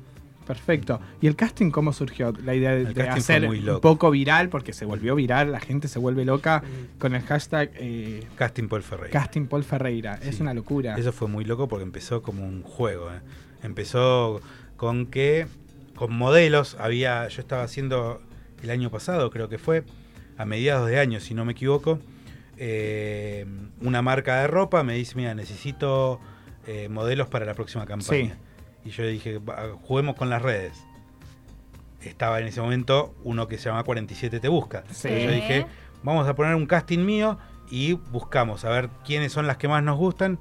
[SPEAKER 2] Perfecto. ¿Y el casting cómo surgió? La idea de,
[SPEAKER 3] El
[SPEAKER 2] de
[SPEAKER 3] casting fue
[SPEAKER 2] hacer
[SPEAKER 3] muy
[SPEAKER 2] un
[SPEAKER 3] loco.
[SPEAKER 2] poco viral, porque se volvió viral, la gente se vuelve loca con el hashtag eh,
[SPEAKER 3] Casting Paul Ferreira.
[SPEAKER 2] casting Paul Ferreira. Es
[SPEAKER 3] Sí.
[SPEAKER 2] una locura.
[SPEAKER 3] Eso fue muy loco porque empezó como un juego. ¿eh? Empezó con que con modelos había. Yo estaba haciendo el año pasado, creo que fue, a mediados de año, si no me equivoco. eh, una marca de ropa me dice: Mira, necesito eh, modelos para la próxima campaña. Y yo dije: "Va, Juguemos con las redes. Estaba en ese momento uno que se llama 47 Te Busca.
[SPEAKER 2] Sí.
[SPEAKER 3] Yo dije: Vamos a poner un casting mío y buscamos a ver quiénes son las que más nos gustan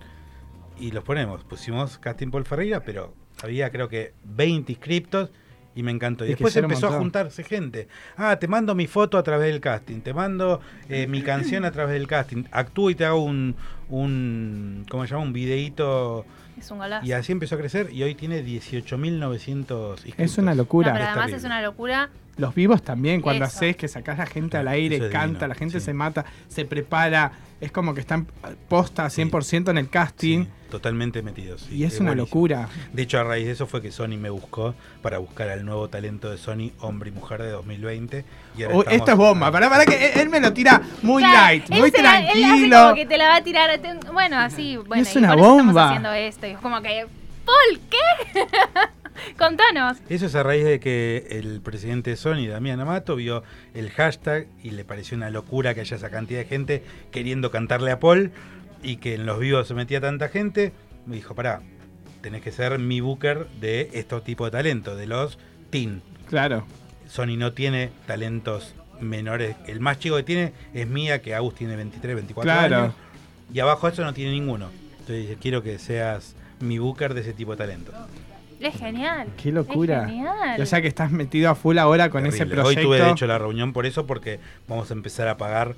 [SPEAKER 3] y los ponemos. Pusimos Casting Paul Ferreira, pero había creo que 20 inscriptos Y me encantó. Y
[SPEAKER 2] Es que
[SPEAKER 3] después
[SPEAKER 2] ya era un
[SPEAKER 3] empezó a
[SPEAKER 2] montón.
[SPEAKER 3] juntarse gente. Ah, te mando mi foto a través del casting, te mando eh, mi canción a través del casting. Actúo y te hago un, un ¿cómo se llama? Un videíto.
[SPEAKER 1] Es un golazo.
[SPEAKER 3] Y así empezó a crecer y hoy tiene 18.900 inscritos.
[SPEAKER 2] Es una locura.
[SPEAKER 1] No, pero
[SPEAKER 3] es
[SPEAKER 1] además
[SPEAKER 3] terrible.
[SPEAKER 1] es una locura.
[SPEAKER 2] Los vivos también, cuando
[SPEAKER 1] Eso.
[SPEAKER 2] haces que sacás la gente al
[SPEAKER 3] Eso
[SPEAKER 2] aire,
[SPEAKER 3] es divino,
[SPEAKER 2] canta, la gente
[SPEAKER 3] sí.
[SPEAKER 2] se mata, se prepara, es como que están posta 100% en el casting
[SPEAKER 3] Sí, totalmente metidos. sí,
[SPEAKER 2] y es, una
[SPEAKER 3] buenísimo.
[SPEAKER 2] locura.
[SPEAKER 3] De hecho, a raíz de eso fue que Sony me buscó para buscar al nuevo talento de Sony, hombre y mujer de 2020. Y ahora
[SPEAKER 2] Uy,
[SPEAKER 3] estamos-
[SPEAKER 2] esto es bomba, pará, pará que él- él me lo tira muy
[SPEAKER 1] Claro,
[SPEAKER 2] light,
[SPEAKER 1] él
[SPEAKER 2] muy
[SPEAKER 1] se la- él hace
[SPEAKER 2] tranquilo.
[SPEAKER 1] como que te la va a tirar. te- Bueno, así, bueno.
[SPEAKER 2] Es
[SPEAKER 1] y
[SPEAKER 2] una
[SPEAKER 1] por eso
[SPEAKER 2] bomba.
[SPEAKER 1] Estamos haciendo esto. Y es como que, ¿por qué? Contanos.
[SPEAKER 3] Eso es a raíz de que el presidente de Sony, Damián Amato, vio el hashtag y le pareció una locura que haya esa cantidad de gente queriendo cantarle a Paul y que en los vivos se metía tanta gente. Me dijo, pará, tenés que ser mi booker de este tipo de talento, de los teen.
[SPEAKER 2] Claro,
[SPEAKER 3] Sony no tiene talentos menores. El más chico que tiene es Mía, que Agus tiene 23, 24
[SPEAKER 2] Claro.
[SPEAKER 3] años. Y abajo de eso no tiene ninguno. Entonces dije, quiero que seas mi booker de ese tipo de talentos.
[SPEAKER 1] Es genial.
[SPEAKER 2] qué locura.
[SPEAKER 1] Es genial.
[SPEAKER 2] O sea que estás metido a full ahora con ese
[SPEAKER 3] Terrible.
[SPEAKER 2] proyecto.
[SPEAKER 3] Hoy tuve de hecho la reunión por eso, porque vamos a empezar a pagar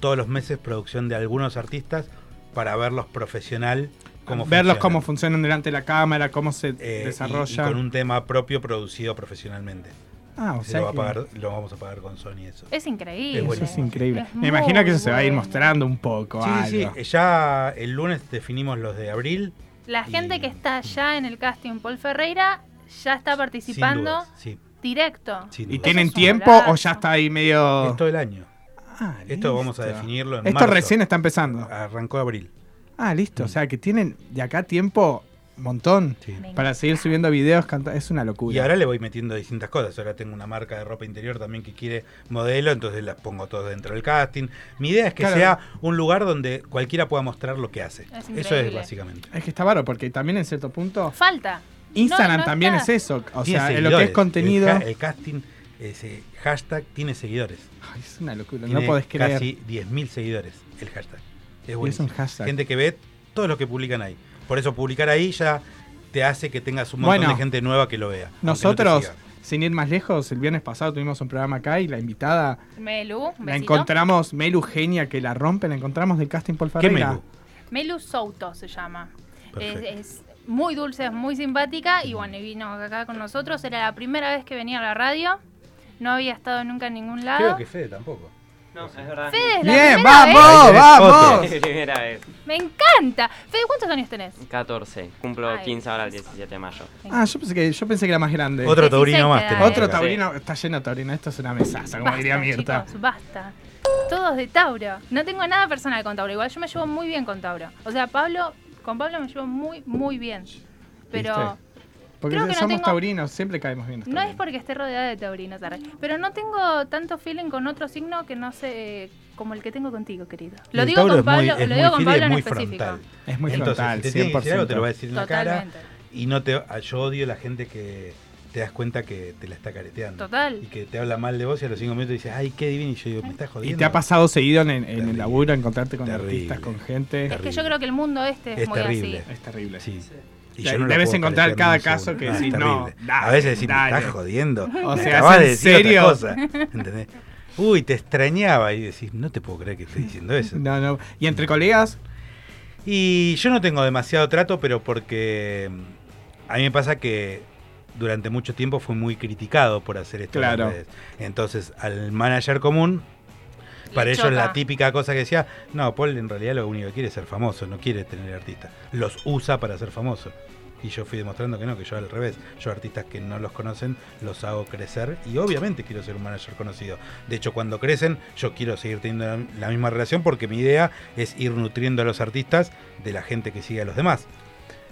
[SPEAKER 3] todos los meses producción de algunos artistas para verlos profesional. Cómo
[SPEAKER 2] verlos
[SPEAKER 3] funcionan.
[SPEAKER 2] cómo funcionan delante de la cámara, cómo se
[SPEAKER 3] Eh, y-
[SPEAKER 2] desarrolla.
[SPEAKER 3] y con un tema propio producido profesionalmente.
[SPEAKER 2] Ah, o
[SPEAKER 3] Se
[SPEAKER 2] sea
[SPEAKER 3] lo, va a
[SPEAKER 2] que-
[SPEAKER 3] pagar- lo vamos a pagar con Sony eso.
[SPEAKER 1] es increíble.
[SPEAKER 3] Es
[SPEAKER 2] Eso es
[SPEAKER 3] buenísimo.
[SPEAKER 2] increíble.
[SPEAKER 1] Es
[SPEAKER 2] Me imagino que
[SPEAKER 1] muy
[SPEAKER 2] eso se va a ir
[SPEAKER 1] bueno.
[SPEAKER 2] mostrando un poco.
[SPEAKER 3] Sí, sí,
[SPEAKER 2] algo.
[SPEAKER 3] sí. Ya el lunes definimos los de abril.
[SPEAKER 1] La gente
[SPEAKER 3] Y-
[SPEAKER 1] que está ya en el casting Paul Ferreira ya está
[SPEAKER 3] Sin
[SPEAKER 1] participando
[SPEAKER 3] dudas, sí,
[SPEAKER 1] directo.
[SPEAKER 3] sin
[SPEAKER 2] ¿Y
[SPEAKER 3] dudas.
[SPEAKER 2] tienen
[SPEAKER 1] es un
[SPEAKER 2] tiempo
[SPEAKER 1] golazo.
[SPEAKER 2] o ya está ahí medio.?
[SPEAKER 3] Esto del año.
[SPEAKER 2] Ah,
[SPEAKER 3] Esto vamos a
[SPEAKER 2] Oh. listo.
[SPEAKER 3] definirlo en
[SPEAKER 2] Esto
[SPEAKER 3] marzo.
[SPEAKER 2] recién está empezando.
[SPEAKER 3] Arrancó abril.
[SPEAKER 2] Ah, listo. O sea que tienen de acá tiempo montón
[SPEAKER 3] sí.
[SPEAKER 1] Me
[SPEAKER 2] para seguir subiendo videos. canta- Es una locura.
[SPEAKER 3] Y ahora le voy metiendo distintas cosas. Ahora tengo una marca de ropa interior también que quiere modelo, entonces las pongo todas dentro del casting. Mi idea es que
[SPEAKER 2] Claro.
[SPEAKER 3] sea un lugar donde cualquiera pueda mostrar lo que hace.
[SPEAKER 1] Es
[SPEAKER 3] Eso es
[SPEAKER 1] increíble.
[SPEAKER 3] básicamente.
[SPEAKER 2] Es que está baro porque también en cierto punto.
[SPEAKER 1] Falta.
[SPEAKER 2] Instagram
[SPEAKER 1] no
[SPEAKER 2] también
[SPEAKER 1] está.
[SPEAKER 2] es eso. O
[SPEAKER 3] Tiene
[SPEAKER 2] sea, en lo que
[SPEAKER 3] seguidores.
[SPEAKER 2] es contenido.
[SPEAKER 3] El, ca- el casting, ese hashtag tiene seguidores.
[SPEAKER 2] Ay, es una locura.
[SPEAKER 3] Tiene
[SPEAKER 2] no podés creer.
[SPEAKER 3] Casi 10.000 seguidores el hashtag. Es
[SPEAKER 2] Y es
[SPEAKER 3] buenísimo.
[SPEAKER 2] un hashtag.
[SPEAKER 3] gente que ve todo lo que publican ahí. Por eso publicar ahí ya te hace que tengas un montón
[SPEAKER 2] Bueno,
[SPEAKER 3] de gente nueva que lo vea. aunque no te
[SPEAKER 2] Nosotros,
[SPEAKER 3] siga.
[SPEAKER 2] sin ir más lejos, el viernes pasado tuvimos un programa acá y la invitada
[SPEAKER 1] Melu, un
[SPEAKER 2] la
[SPEAKER 1] besito.
[SPEAKER 2] encontramos, Melu Genia, que la rompe, la encontramos del casting Paul
[SPEAKER 3] ¿Qué
[SPEAKER 2] Ferreira.
[SPEAKER 3] menú?
[SPEAKER 1] Melu Souto se llama. Es,
[SPEAKER 3] Perfecto.
[SPEAKER 1] es muy dulce, es muy simpática y bueno, y vino acá con nosotros. Era la primera vez que venía a la radio. No había estado nunca en ningún
[SPEAKER 3] Creo
[SPEAKER 1] lado.
[SPEAKER 3] que Fede tampoco.
[SPEAKER 5] No, es verdad.
[SPEAKER 1] Fede es la
[SPEAKER 2] Bien,
[SPEAKER 1] primera vez.
[SPEAKER 2] vamos,
[SPEAKER 3] vez.
[SPEAKER 2] vamos.
[SPEAKER 5] Primera vez.
[SPEAKER 1] Me encanta. Fede, ¿cuántos años tenés?
[SPEAKER 5] 14. Cumplo
[SPEAKER 1] Ay.
[SPEAKER 5] 15 ahora el 17 de mayo.
[SPEAKER 2] Ah, yo pensé que, yo pensé que era más grande. Otro,
[SPEAKER 3] Otro taurino
[SPEAKER 1] 16
[SPEAKER 3] más.
[SPEAKER 1] te
[SPEAKER 3] tenemos
[SPEAKER 1] da,
[SPEAKER 3] acá.
[SPEAKER 1] eh.
[SPEAKER 2] taurino, está lleno de taurino, esto es una mesaza, como
[SPEAKER 1] Basta,
[SPEAKER 2] diría Mirta.
[SPEAKER 1] chicos, basta. Todos de Tauro. No tengo nada personal con Tauro. Igual yo me llevo muy bien con Tauro. O sea, Pablo, con Pablo me llevo muy, muy bien. Pero
[SPEAKER 2] Porque
[SPEAKER 1] creo que no
[SPEAKER 2] somos
[SPEAKER 1] tengo-
[SPEAKER 2] taurinos, siempre caemos bien. los
[SPEAKER 1] no es
[SPEAKER 2] taurinos.
[SPEAKER 1] porque esté rodeada de taurinos, arre. pero no tengo tanto feeling con otro signo que no sé eh, como el que tengo contigo, querido. Lo
[SPEAKER 3] El
[SPEAKER 1] digo
[SPEAKER 3] Tauro
[SPEAKER 1] con
[SPEAKER 3] es muy-
[SPEAKER 1] Pablo,
[SPEAKER 3] es
[SPEAKER 1] lo
[SPEAKER 3] muy
[SPEAKER 1] digo con
[SPEAKER 3] fiel y
[SPEAKER 1] Pablo
[SPEAKER 3] es
[SPEAKER 1] en
[SPEAKER 3] muy
[SPEAKER 1] específrontal.
[SPEAKER 3] frontal.
[SPEAKER 1] específico.
[SPEAKER 2] Es muy
[SPEAKER 3] Entonces,
[SPEAKER 2] frontal,
[SPEAKER 3] si te tiene que decir algo, te lo va a
[SPEAKER 2] 100%.
[SPEAKER 3] decir en la cara.
[SPEAKER 1] Totalmente.
[SPEAKER 3] Y no te, ah, yo odio la gente que te das cuenta que te la está careteando.
[SPEAKER 1] Total.
[SPEAKER 3] Y que te habla mal de vos y a los cinco minutos dices, ay, qué divino. Y yo digo, me estás
[SPEAKER 2] Y
[SPEAKER 3] jodiendo.
[SPEAKER 2] te ha pasado seguido en, en el
[SPEAKER 3] Terrible.
[SPEAKER 2] laburo, encontrarte con
[SPEAKER 3] Terrible.
[SPEAKER 2] artistas, con gente.
[SPEAKER 1] Es que yo
[SPEAKER 3] Terrible.
[SPEAKER 1] creo que el mundo este es,
[SPEAKER 3] Es
[SPEAKER 1] muy
[SPEAKER 3] terrible.
[SPEAKER 1] así.
[SPEAKER 2] Es terrible.
[SPEAKER 3] Sí. Y
[SPEAKER 2] Te-
[SPEAKER 3] yo no la
[SPEAKER 2] debes
[SPEAKER 3] puedo
[SPEAKER 2] encontrar
[SPEAKER 3] caretear ni un
[SPEAKER 2] cada caso
[SPEAKER 3] segundo.
[SPEAKER 2] que
[SPEAKER 3] Ah, es
[SPEAKER 2] decís, no,
[SPEAKER 3] terrible.
[SPEAKER 2] dale,
[SPEAKER 3] a veces decís, me
[SPEAKER 2] dale".
[SPEAKER 3] estás jodiendo.
[SPEAKER 2] O
[SPEAKER 3] me
[SPEAKER 2] sea,
[SPEAKER 3] acabas
[SPEAKER 2] ¿es
[SPEAKER 3] de
[SPEAKER 2] en
[SPEAKER 3] decir otra
[SPEAKER 2] serio?
[SPEAKER 3] cosa, ¿entendés? Uy, te extrañaba. Y decís, no te puedo creer que estés diciendo eso.
[SPEAKER 2] No, no. Y entre colegas,
[SPEAKER 3] Y yo no tengo demasiado trato, pero porque mm, a mí me pasa que durante mucho tiempo fui muy criticado por hacer esto. en las
[SPEAKER 2] Claro.
[SPEAKER 3] redes. Entonces, al manager común, para
[SPEAKER 1] Le
[SPEAKER 3] ellos la
[SPEAKER 1] choca.
[SPEAKER 3] típica cosa que decía, no, Paul en realidad lo único que quiere es ser famoso, no quiere tener artistas. Los usa para ser famoso. Y yo fui demostrando que no, que yo al revés. Yo artistas que no los conocen los hago crecer y obviamente quiero ser un manager conocido. De hecho, cuando crecen, yo quiero seguir teniendo la, la misma relación porque mi idea es ir nutriendo a los artistas de la gente que sigue a los demás.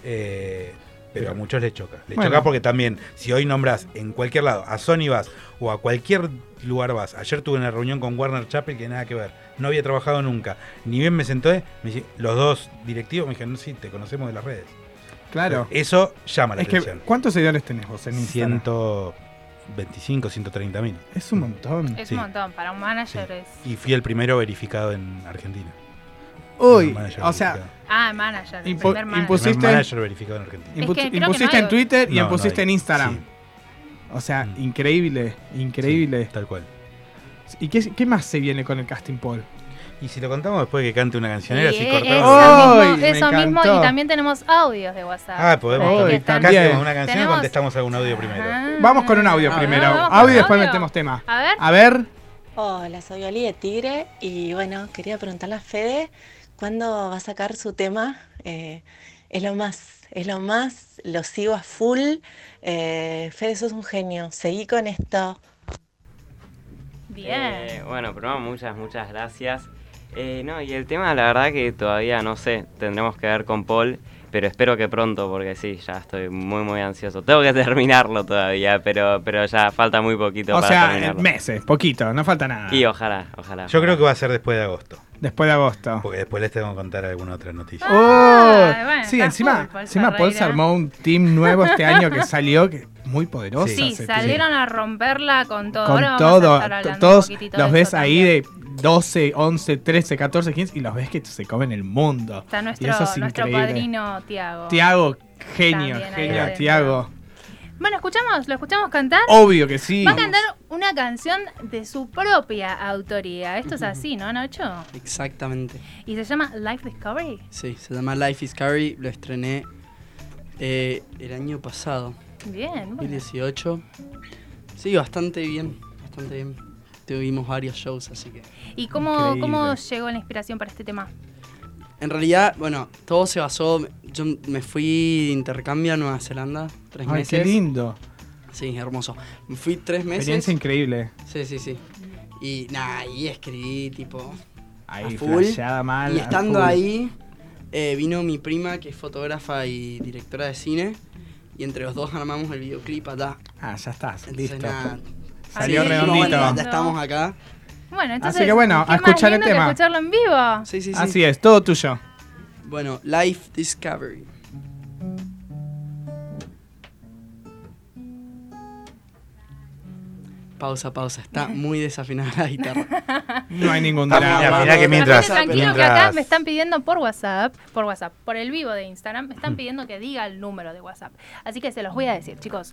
[SPEAKER 3] Eh, pero a muchos les choca. Les
[SPEAKER 2] Bueno.
[SPEAKER 3] choca porque también, si hoy nombras en cualquier lado, a Sony vas o a cualquier lugar vas. Ayer tuve una reunión con Warner Chappell que nada que ver. No había trabajado nunca. Ni bien me senté, me dice- los dos directivos me dijeron, sí, te conocemos de las redes.
[SPEAKER 2] claro.
[SPEAKER 3] Eso llama la
[SPEAKER 2] Es que,
[SPEAKER 3] atención.
[SPEAKER 2] ¿cuántos seguidores tenés vos en Instagram?
[SPEAKER 3] 125, 130 mil.
[SPEAKER 2] Es un montón.
[SPEAKER 1] Es
[SPEAKER 3] Sí.
[SPEAKER 1] un montón, para un manager es...
[SPEAKER 3] Y fui el primero verificado en Argentina. El
[SPEAKER 2] Uy,
[SPEAKER 3] manager
[SPEAKER 2] o sea,
[SPEAKER 3] verificado.
[SPEAKER 1] Ah, el manager, el
[SPEAKER 2] Impo-
[SPEAKER 1] primer manager.
[SPEAKER 3] El primer
[SPEAKER 2] impusiste-
[SPEAKER 3] manager verificado en Argentina.
[SPEAKER 1] Es que
[SPEAKER 2] impu-
[SPEAKER 1] creo que no
[SPEAKER 2] impusiste
[SPEAKER 1] hay
[SPEAKER 2] en
[SPEAKER 1] otro.
[SPEAKER 2] Twitter y
[SPEAKER 3] No, no
[SPEAKER 2] impusiste
[SPEAKER 3] hay.
[SPEAKER 2] en Instagram.
[SPEAKER 3] Sí.
[SPEAKER 2] O sea,
[SPEAKER 3] Mm.
[SPEAKER 2] increíble, increíble.
[SPEAKER 3] Tal cual.
[SPEAKER 2] ¿Y qué, qué más se viene con el casting Paul?
[SPEAKER 1] Mm.
[SPEAKER 3] Y si lo contamos después de que cante una cancionera,
[SPEAKER 1] Sí,
[SPEAKER 3] si
[SPEAKER 1] e-
[SPEAKER 3] cortamos.
[SPEAKER 1] eso
[SPEAKER 2] ¡Ay,
[SPEAKER 1] mismo,
[SPEAKER 2] me
[SPEAKER 1] eso mismo,
[SPEAKER 2] encantó!
[SPEAKER 1] y también tenemos audios de WhatsApp.
[SPEAKER 3] Ah, podemos
[SPEAKER 2] Ay,
[SPEAKER 3] cantar.
[SPEAKER 1] están
[SPEAKER 3] Acá
[SPEAKER 2] bien.
[SPEAKER 3] hacemos una canción
[SPEAKER 1] Tenemos-
[SPEAKER 3] y contestamos a un audio primero.
[SPEAKER 1] Ajá.
[SPEAKER 2] Vamos con un audio
[SPEAKER 1] Ah,
[SPEAKER 2] primero.
[SPEAKER 1] vamos con
[SPEAKER 2] Audio
[SPEAKER 1] un
[SPEAKER 2] y después
[SPEAKER 1] audio.
[SPEAKER 2] metemos tema.
[SPEAKER 1] A ver,
[SPEAKER 2] A ver,
[SPEAKER 8] Hola, soy Oli de Tigre y bueno, quería preguntarle a Fede cuándo va a sacar su tema. Eh, es lo más, es lo más, lo sigo a full. Eh, Fede, sos un genio, seguí con esto.
[SPEAKER 1] bien.
[SPEAKER 5] Eh, bueno, primero muchas, muchas gracias. Eh, no, y el tema, la verdad que todavía no sé, tendremos que ver con Paul, pero espero que pronto, porque sí, ya estoy muy, muy ansioso. Tengo que terminarlo todavía, pero, pero ya falta muy poquito
[SPEAKER 2] o
[SPEAKER 5] para
[SPEAKER 2] sea,
[SPEAKER 5] terminarlo.
[SPEAKER 2] meses, poquito, no falta nada.
[SPEAKER 5] Y ojalá, ojalá.
[SPEAKER 3] Yo creo que va a ser después de agosto.
[SPEAKER 2] Después de agosto.
[SPEAKER 3] Porque después les tengo que contar alguna otra noticia.
[SPEAKER 1] Ah,
[SPEAKER 2] Oh,
[SPEAKER 1] bueno,
[SPEAKER 2] sí,
[SPEAKER 1] está
[SPEAKER 2] encima,
[SPEAKER 1] full Paul
[SPEAKER 2] encima Paul se
[SPEAKER 1] Ferreira.
[SPEAKER 2] armó un team nuevo este año que salió que muy poderoso.
[SPEAKER 3] Sí,
[SPEAKER 1] Sí,
[SPEAKER 2] ese
[SPEAKER 1] salieron a romperla con todo.
[SPEAKER 2] team. con
[SPEAKER 1] Ahora vamos a
[SPEAKER 2] todo.
[SPEAKER 1] estar hablando
[SPEAKER 2] to-
[SPEAKER 1] un
[SPEAKER 2] Todos
[SPEAKER 1] poquitito
[SPEAKER 2] los
[SPEAKER 1] de
[SPEAKER 2] ves
[SPEAKER 1] eso
[SPEAKER 2] ahí
[SPEAKER 1] también.
[SPEAKER 2] de 12, 11, 13, 14, 15 y los ves que se comen el mundo.
[SPEAKER 1] Está
[SPEAKER 2] y eso
[SPEAKER 1] nuestro,
[SPEAKER 2] es
[SPEAKER 1] nuestro
[SPEAKER 2] increíble.
[SPEAKER 1] padrino Tiago.
[SPEAKER 2] Tiago, genio,
[SPEAKER 1] También ahí
[SPEAKER 2] genio,
[SPEAKER 1] adentro.
[SPEAKER 2] Tiago.
[SPEAKER 1] Bueno, escuchamos, lo escuchamos cantar.
[SPEAKER 2] Obvio que sí.
[SPEAKER 1] Va a cantar una canción de su propia autoría. Esto es así, ¿no, Nacho?
[SPEAKER 9] Exactamente.
[SPEAKER 1] Y se llama Life Discovery.
[SPEAKER 9] Sí, se llama Life is Carry, lo estrené eh, el año pasado,
[SPEAKER 1] Bien. bueno.
[SPEAKER 9] 2018. Sí, bastante bien, bastante bien. Tuvimos varios shows, así que...
[SPEAKER 1] ¿Y cómo,
[SPEAKER 2] Increíble.
[SPEAKER 1] cómo llegó la inspiración para este tema?
[SPEAKER 9] En realidad, bueno, todo se basó... Yo me fui de intercambio a Nueva Zelanda, tres
[SPEAKER 2] Ay,
[SPEAKER 9] meses.
[SPEAKER 2] qué lindo.
[SPEAKER 9] Sí, hermoso. Me fui tres meses.
[SPEAKER 2] Experiencia increíble.
[SPEAKER 9] Sí, sí, sí. Y nada, ahí escribí, tipo...
[SPEAKER 2] Ahí,
[SPEAKER 9] A full.
[SPEAKER 2] flasheada mal.
[SPEAKER 9] Y
[SPEAKER 2] a
[SPEAKER 9] estando
[SPEAKER 2] full.
[SPEAKER 9] ahí, eh, vino mi prima, que es fotógrafa y directora de cine, y entre los dos armamos el videoclip acá.
[SPEAKER 2] Ah, ya estás,
[SPEAKER 9] Entonces,
[SPEAKER 2] listo.
[SPEAKER 9] nada,
[SPEAKER 2] Salió
[SPEAKER 9] sí, dijimos,
[SPEAKER 2] redondito.
[SPEAKER 9] bueno, ya estamos acá.
[SPEAKER 1] Bueno, entonces.
[SPEAKER 2] que bueno,
[SPEAKER 1] ¿qué
[SPEAKER 2] a
[SPEAKER 1] más
[SPEAKER 2] escuchar el
[SPEAKER 1] lindo que
[SPEAKER 2] tema.
[SPEAKER 1] escucharlo en vivo.
[SPEAKER 9] Sí, sí, sí.
[SPEAKER 2] Así es, todo tuyo.
[SPEAKER 9] Bueno, Life Discovery. Pausa, pausa. Está muy desafinada la guitarra.
[SPEAKER 2] No hay ningún
[SPEAKER 3] Ah,
[SPEAKER 2] drama.
[SPEAKER 3] mira, mira que mientras.
[SPEAKER 1] Aparte, tranquilo que acá
[SPEAKER 3] mientras
[SPEAKER 1] me están pidiendo por WhatsApp, por WhatsApp, por el vivo de Instagram, me están pidiendo que diga el número de WhatsApp. Así que se los voy a decir, chicos.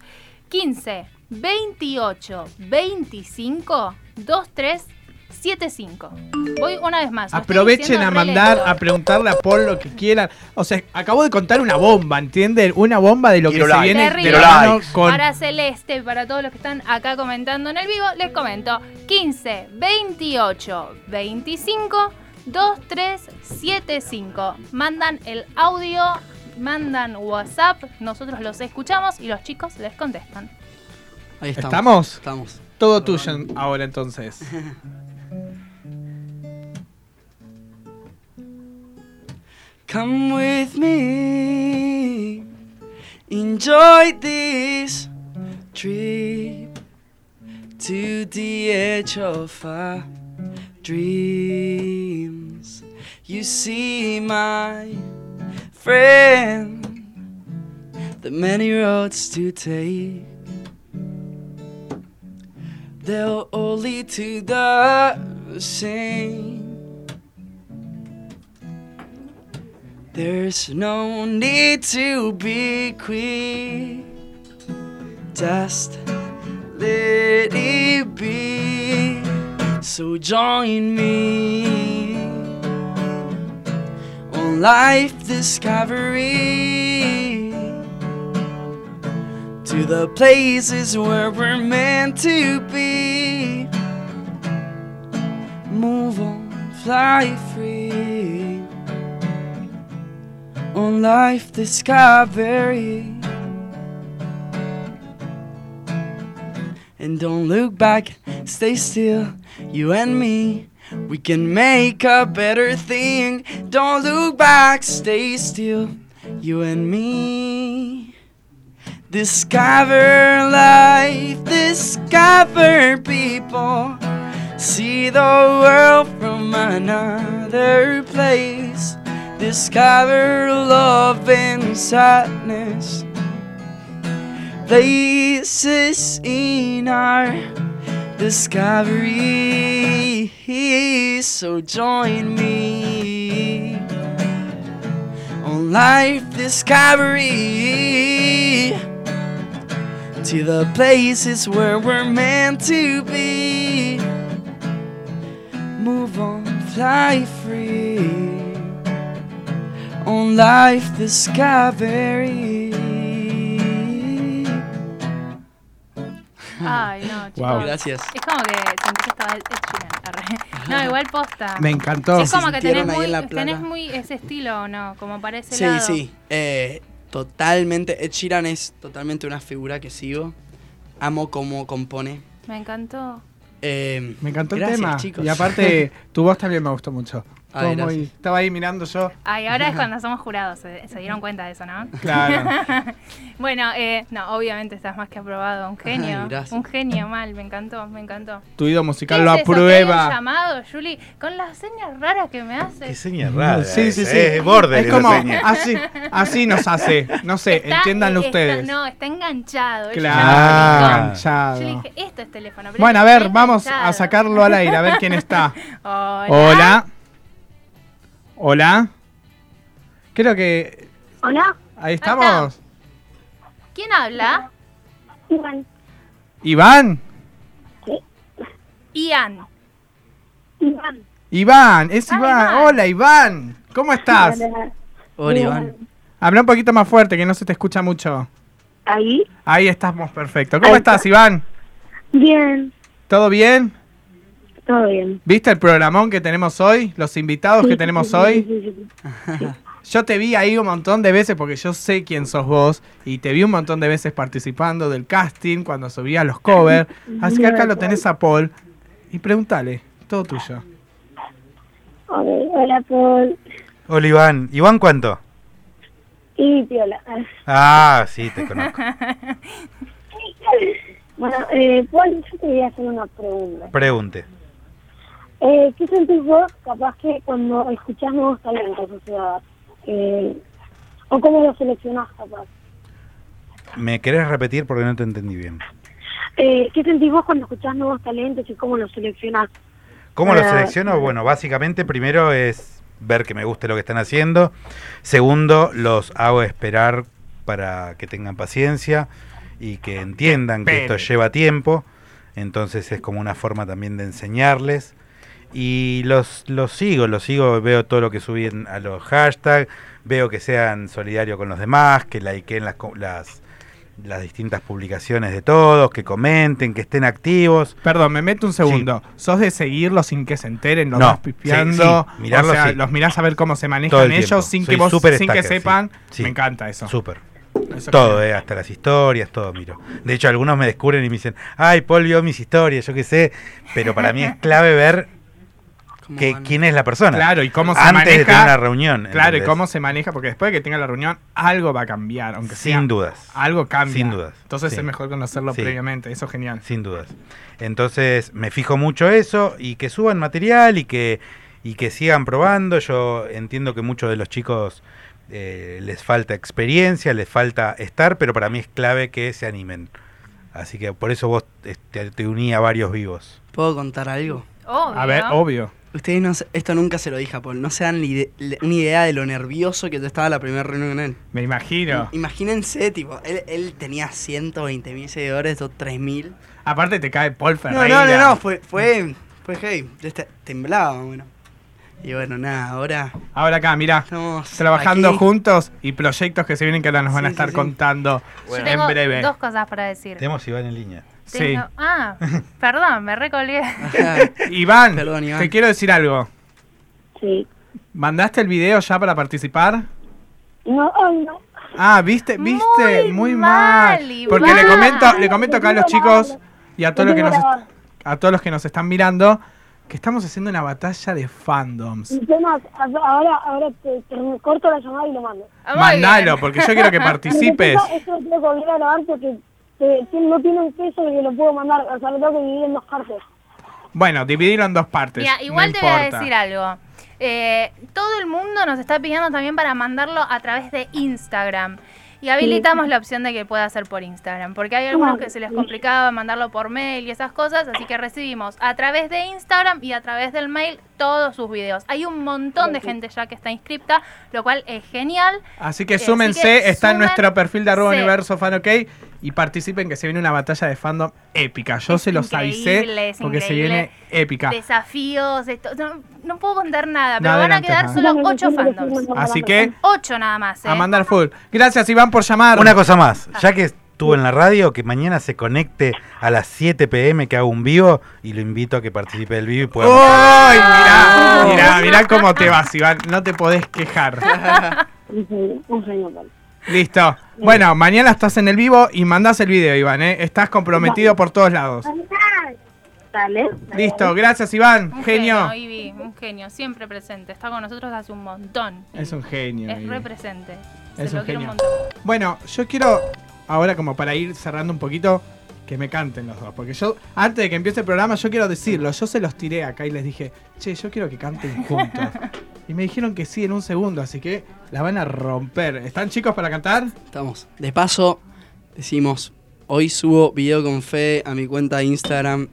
[SPEAKER 1] 15 28 25 23 75. Voy una vez más. lo estoy
[SPEAKER 2] Aprovechen
[SPEAKER 1] diciendo
[SPEAKER 2] a
[SPEAKER 1] re
[SPEAKER 2] mandar,
[SPEAKER 1] lento.
[SPEAKER 2] a preguntarle a Paul lo que quieran. O sea, acabo de contar una bomba, ¿entienden? Una bomba de lo
[SPEAKER 3] Quiero
[SPEAKER 2] que se
[SPEAKER 3] like,
[SPEAKER 2] viene de
[SPEAKER 1] quiero
[SPEAKER 2] la mano
[SPEAKER 3] likes.
[SPEAKER 2] con
[SPEAKER 1] Para Celeste, para todos los que están acá comentando en el vivo, les comento 15 28 25 2375. Mandan el audio, mandan WhatsApp, nosotros los escuchamos y los chicos les contestan.
[SPEAKER 9] Ahí estamos.
[SPEAKER 2] ¿Estamos?
[SPEAKER 9] Estamos.
[SPEAKER 2] todo tuyo en- ahora entonces.
[SPEAKER 9] Come with me. Enjoy this trip to the edge of our dreams. You see, my friend, the many roads to take. They'll all lead to the same. There's no need to be quick. Just let it be. So join me on life discovery to the places where we're meant to be. Move on, fly free on life discovery. And don't look back, stay still, you and me. We can make a better thing. Don't look back, stay still, you and me. Discover life, discover people. See the world from another place. Discover love and sadness. Places in our discovery. So join me on life discovery to the places where we're meant to be. Move on, fly free. On life discovery.
[SPEAKER 1] Ay, no, chicos.
[SPEAKER 2] Wow.
[SPEAKER 4] Ah. Gracias. Ah.
[SPEAKER 1] Es como que sentí que estaba hecho No, igual posta.
[SPEAKER 2] Me encantó.
[SPEAKER 1] Sí, es como que tenés
[SPEAKER 4] Sintieron ahí
[SPEAKER 1] muy,
[SPEAKER 4] en La Plata.
[SPEAKER 1] tenés muy ese estilo, ¿o ¿no? Como parece
[SPEAKER 4] Sí, sí. eh, totalmente. Ed Sheeran es totalmente una figura que sigo. Amo cómo compone.
[SPEAKER 1] Me encantó.
[SPEAKER 4] Eh,
[SPEAKER 2] Me encantó
[SPEAKER 4] gracias,
[SPEAKER 2] el tema.
[SPEAKER 4] chicos.
[SPEAKER 2] Y aparte, tu voz también me gustó mucho.
[SPEAKER 4] Ay,
[SPEAKER 2] Estuvo muy-
[SPEAKER 4] gracias.
[SPEAKER 2] estaba ahí mirando yo.
[SPEAKER 1] Ay, ahora es cuando somos jurados, se, se dieron cuenta de eso, ¿no?
[SPEAKER 2] Claro.
[SPEAKER 1] Bueno, eh, no, obviamente estás más que aprobado, un genio.
[SPEAKER 4] Ay, gracias.
[SPEAKER 1] un genio mal, me encantó, me encantó.
[SPEAKER 2] tu oído musical lo
[SPEAKER 1] ¿Qué es eso que hay un
[SPEAKER 2] aprueba.
[SPEAKER 1] llamado, Julie, con las señas raras que me
[SPEAKER 3] Qué
[SPEAKER 1] haces.
[SPEAKER 3] seña rara.
[SPEAKER 2] Sí, sí,
[SPEAKER 3] esa,
[SPEAKER 2] sí.
[SPEAKER 3] Es borde
[SPEAKER 2] Es como, así, así nos hace. No sé,
[SPEAKER 1] Está- eh,
[SPEAKER 2] entiéndanlo
[SPEAKER 1] está-
[SPEAKER 2] ustedes.
[SPEAKER 1] no, está enganchado. ella
[SPEAKER 3] Claro.
[SPEAKER 1] no me
[SPEAKER 2] Enganchado.
[SPEAKER 1] dijo. Yo le dije, esto es teléfono. pero
[SPEAKER 2] Bueno, a
[SPEAKER 1] está
[SPEAKER 2] ver, vamos a
[SPEAKER 1] enganchado.
[SPEAKER 2] sacarlo al aire, a ver quién está.
[SPEAKER 1] Hola.
[SPEAKER 2] Hola. Hola. Creo que.
[SPEAKER 10] Hola,
[SPEAKER 2] Ahí estamos.
[SPEAKER 1] ¿Quién habla?
[SPEAKER 10] Iván.
[SPEAKER 2] Iván.
[SPEAKER 1] Ian.
[SPEAKER 10] Iván.
[SPEAKER 2] Iván, es
[SPEAKER 1] Ah,
[SPEAKER 2] Iván.
[SPEAKER 1] Iván.
[SPEAKER 2] Hola, Iván. ¿Cómo estás?
[SPEAKER 10] Hola.
[SPEAKER 4] Hola,
[SPEAKER 10] Bien.
[SPEAKER 4] Oh, Iván.
[SPEAKER 2] Habla un poquito más fuerte, que no se te escucha mucho.
[SPEAKER 10] Ahí.
[SPEAKER 2] Ahí estamos, perfecto. ¿Cómo
[SPEAKER 10] Ahí
[SPEAKER 2] estás,
[SPEAKER 10] está.
[SPEAKER 2] Iván?
[SPEAKER 10] Bien.
[SPEAKER 2] ¿Todo bien?
[SPEAKER 10] Todo bien.
[SPEAKER 2] ¿Viste el programón que tenemos hoy? ¿Los invitados que
[SPEAKER 10] Sí,
[SPEAKER 2] tenemos
[SPEAKER 10] sí,
[SPEAKER 2] hoy?
[SPEAKER 10] sí, sí, sí.
[SPEAKER 2] Yo te vi ahí un montón de veces porque yo sé quién sos vos y te vi un montón de veces participando del casting cuando subía los covers. Así que acá lo tenés a Paul y pregúntale, todo tuyo.
[SPEAKER 10] Ok, Hola, Paul.
[SPEAKER 3] Hola, Iván. ¿Iván cuánto?
[SPEAKER 10] Y Piola. Ah.
[SPEAKER 3] Ah, sí, te conozco.
[SPEAKER 10] Bueno, eh, Paul, yo te voy a hacer una pregunta.
[SPEAKER 3] Pregunte.
[SPEAKER 10] Eh, ¿Qué sentís vos, capaz que cuando escuchás nuevos talentos? O sea, eh, ¿o cómo los seleccionás, capaz?
[SPEAKER 3] ¿Me querés repetir porque no te entendí bien?
[SPEAKER 10] Eh, ¿Qué sentís vos cuando escuchás nuevos talentos y cómo los seleccionás?
[SPEAKER 3] ¿Cómo lo
[SPEAKER 10] Ah.
[SPEAKER 3] selecciono? Bueno, básicamente primero es ver que me guste lo que están haciendo. Segundo, los hago esperar para que tengan paciencia y que entiendan que esto
[SPEAKER 2] Esperen.
[SPEAKER 3] lleva tiempo. Entonces es como una forma también de enseñarles. Y los, los sigo, los sigo, veo todo lo que suben a los hashtags, veo que sean solidarios con los demás, que likeen las, co- las, las distintas publicaciones de todos, que comenten, que estén activos.
[SPEAKER 2] Perdón, me meto un segundo. ¿Sos de seguirlos sin que se enteren? ¿Los
[SPEAKER 3] No,
[SPEAKER 2] vas pipiando?
[SPEAKER 3] sí, sí, mirarlos,
[SPEAKER 2] o sea,
[SPEAKER 3] sí.
[SPEAKER 2] los mirás a ver cómo se
[SPEAKER 3] Todo el
[SPEAKER 2] manejan
[SPEAKER 3] tiempo.
[SPEAKER 2] ellos sin
[SPEAKER 3] Soy
[SPEAKER 2] que vos
[SPEAKER 3] súper
[SPEAKER 2] sin que
[SPEAKER 3] stalker, sí.
[SPEAKER 2] sepan.
[SPEAKER 3] Sí.
[SPEAKER 2] Me encanta eso.
[SPEAKER 3] Súper.
[SPEAKER 2] Eso
[SPEAKER 3] Todo,
[SPEAKER 2] que-
[SPEAKER 3] eh, hasta las historias, todo miro. De hecho, algunos me descubren y me dicen, ay, Paul vio mis historias, yo qué sé. Pero para mí es clave ver
[SPEAKER 4] ¿Cómo
[SPEAKER 3] que,
[SPEAKER 4] van?
[SPEAKER 3] quién es la persona.
[SPEAKER 2] Claro, y cómo se
[SPEAKER 3] Antes de
[SPEAKER 2] maneja.
[SPEAKER 3] tener la reunión.
[SPEAKER 2] Claro, y
[SPEAKER 3] ¿entendés?
[SPEAKER 2] cómo se maneja, porque después de que tenga la reunión, algo va a cambiar, aunque sea. Ah.
[SPEAKER 3] Sin dudas.
[SPEAKER 2] Algo cambia.
[SPEAKER 3] Sin dudas,
[SPEAKER 2] Entonces
[SPEAKER 3] sí.
[SPEAKER 2] es mejor conocerlo
[SPEAKER 3] Sí.
[SPEAKER 2] previamente, eso es genial.
[SPEAKER 3] Sin dudas. Entonces, me fijo mucho eso y que suban material y que, y que sigan probando. Yo entiendo que muchos de los chicos eh, les falta experiencia, les falta estar, pero para mí es clave que se animen. Así que por eso vos eh, te, te uní a varios vivos.
[SPEAKER 4] ¿Puedo contar algo?
[SPEAKER 1] Obvio.
[SPEAKER 2] A ver, obvio.
[SPEAKER 4] Ustedes no se- esto nunca se lo dije a Paul. No se dan ni, ide- le- ni idea de lo nervioso que yo estaba la primera reunión con él.
[SPEAKER 2] Me imagino.
[SPEAKER 4] I- Imagínense, tipo, él, él tenía 120 mil seguidores, yo 3 mil.
[SPEAKER 2] Aparte te cae Paul
[SPEAKER 4] No, no,
[SPEAKER 2] Ferreira.
[SPEAKER 4] no, no, fue, fue, fue hey, yo esta- temblaba, bueno. Y bueno, nada, ahora
[SPEAKER 2] Ahora acá, mirá.
[SPEAKER 4] estamos
[SPEAKER 2] Trabajando
[SPEAKER 4] aquí.
[SPEAKER 2] juntos y proyectos que se vienen que ahora nos van a
[SPEAKER 4] Sí, sí,
[SPEAKER 2] estar
[SPEAKER 4] sí.
[SPEAKER 2] contando
[SPEAKER 1] Yo
[SPEAKER 5] Bueno.
[SPEAKER 2] en
[SPEAKER 1] tengo
[SPEAKER 2] breve.
[SPEAKER 1] dos cosas para decir.
[SPEAKER 3] Tenemos a Iván en línea.
[SPEAKER 2] Sí.
[SPEAKER 1] Tengo- Ah, perdón, me recolgué.
[SPEAKER 4] Ajá.
[SPEAKER 2] Iván,
[SPEAKER 4] Perdón, Iván.
[SPEAKER 2] te quiero decir algo.
[SPEAKER 10] Sí.
[SPEAKER 2] ¿Mandaste el video ya para participar?
[SPEAKER 10] No, ay, no.
[SPEAKER 2] Ah, viste, viste, muy,
[SPEAKER 1] Muy
[SPEAKER 2] mal.
[SPEAKER 1] mal, Iván.
[SPEAKER 2] Porque le comento, le comento acá a los chicos y a todos los que nos est-
[SPEAKER 10] Tengo
[SPEAKER 2] a todos los que nos están mirando que estamos haciendo una batalla de fandoms.
[SPEAKER 10] Y temas, a- ahora, ahora te, te corto la llamada y lo mando.
[SPEAKER 1] Ah, Muy
[SPEAKER 2] Mandalo,
[SPEAKER 1] bien.
[SPEAKER 2] porque yo quiero que participes.
[SPEAKER 10] Lo que pasa es que lo tengo que volver a grabar porque te- ti- no tiene un peso de que lo puedo mandar, o sea, lo tengo que dividir en dos partes.
[SPEAKER 2] Bueno, dividirlo en dos partes.
[SPEAKER 1] Mira, igual
[SPEAKER 2] no
[SPEAKER 1] te voy a
[SPEAKER 2] importa.
[SPEAKER 1] decir algo. Eh, todo el mundo nos está pidiendo también para mandarlo a través de Instagram. Y habilitamos la opción de que pueda ser por Instagram, porque hay algunos que se les complicaba mandarlo por mail y esas cosas, así que recibimos a través de Instagram y a través del mail todos sus videos. Hay un montón de gente ya que está inscripta, lo cual es genial.
[SPEAKER 2] Así que
[SPEAKER 1] Así
[SPEAKER 2] súmense,
[SPEAKER 1] que
[SPEAKER 2] está
[SPEAKER 1] súmense.
[SPEAKER 2] en nuestro perfil de arroba universo fan ok y participen que se viene una batalla de fandom épica. Yo
[SPEAKER 1] Es
[SPEAKER 2] se los
[SPEAKER 1] increíble,
[SPEAKER 2] avisé
[SPEAKER 1] es
[SPEAKER 2] porque se
[SPEAKER 1] increíble.
[SPEAKER 2] viene épica.
[SPEAKER 1] Desafíos, esto. No, no puedo contar nada,
[SPEAKER 2] No
[SPEAKER 1] pero van a
[SPEAKER 2] adelantes
[SPEAKER 1] quedar
[SPEAKER 2] nada.
[SPEAKER 1] solo
[SPEAKER 10] Bueno,
[SPEAKER 1] ocho
[SPEAKER 10] yo quiero decir
[SPEAKER 1] fandoms.
[SPEAKER 10] una cosa
[SPEAKER 2] Así
[SPEAKER 10] más.
[SPEAKER 2] que
[SPEAKER 1] Ocho nada más, ¿eh?
[SPEAKER 2] a mandar full. Gracias Iván por llamar.
[SPEAKER 3] Una cosa más, ya que estuvo en la radio, que mañana se conecte a las 7 pm que hago un vivo y lo invito a que participe del vivo y
[SPEAKER 2] ¡Uy!
[SPEAKER 3] pueda.
[SPEAKER 2] Mirá, mirá, mirá cómo te vas, Iván. No te podés quejar.
[SPEAKER 10] Un sueño, un sueño, vale.
[SPEAKER 2] Listo. Bueno, mañana estás en el vivo y mandás el video, Iván, ¿eh? Estás comprometido por todos lados.
[SPEAKER 10] Dale.
[SPEAKER 2] Listo, gracias Iván.
[SPEAKER 1] Un genio.
[SPEAKER 2] genio.
[SPEAKER 1] Ibi, un genio, siempre presente. Está con nosotros hace un montón.
[SPEAKER 2] Es un genio.
[SPEAKER 1] Es
[SPEAKER 2] Ivi.
[SPEAKER 1] represente. Se
[SPEAKER 2] Es
[SPEAKER 1] lo
[SPEAKER 2] un
[SPEAKER 1] quiero un
[SPEAKER 2] genio.
[SPEAKER 1] montón.
[SPEAKER 2] Bueno, yo quiero, ahora como para ir cerrando un poquito, que me canten los dos. Porque yo, antes de que empiece el programa, yo quiero decirlo. Yo se los tiré acá y les dije, che, yo quiero que canten juntos. y me dijeron que sí en un segundo, así que la van a romper. ¿Están chicos para cantar?
[SPEAKER 4] Estamos. De paso, decimos, hoy subo video con fe a mi cuenta de Instagram.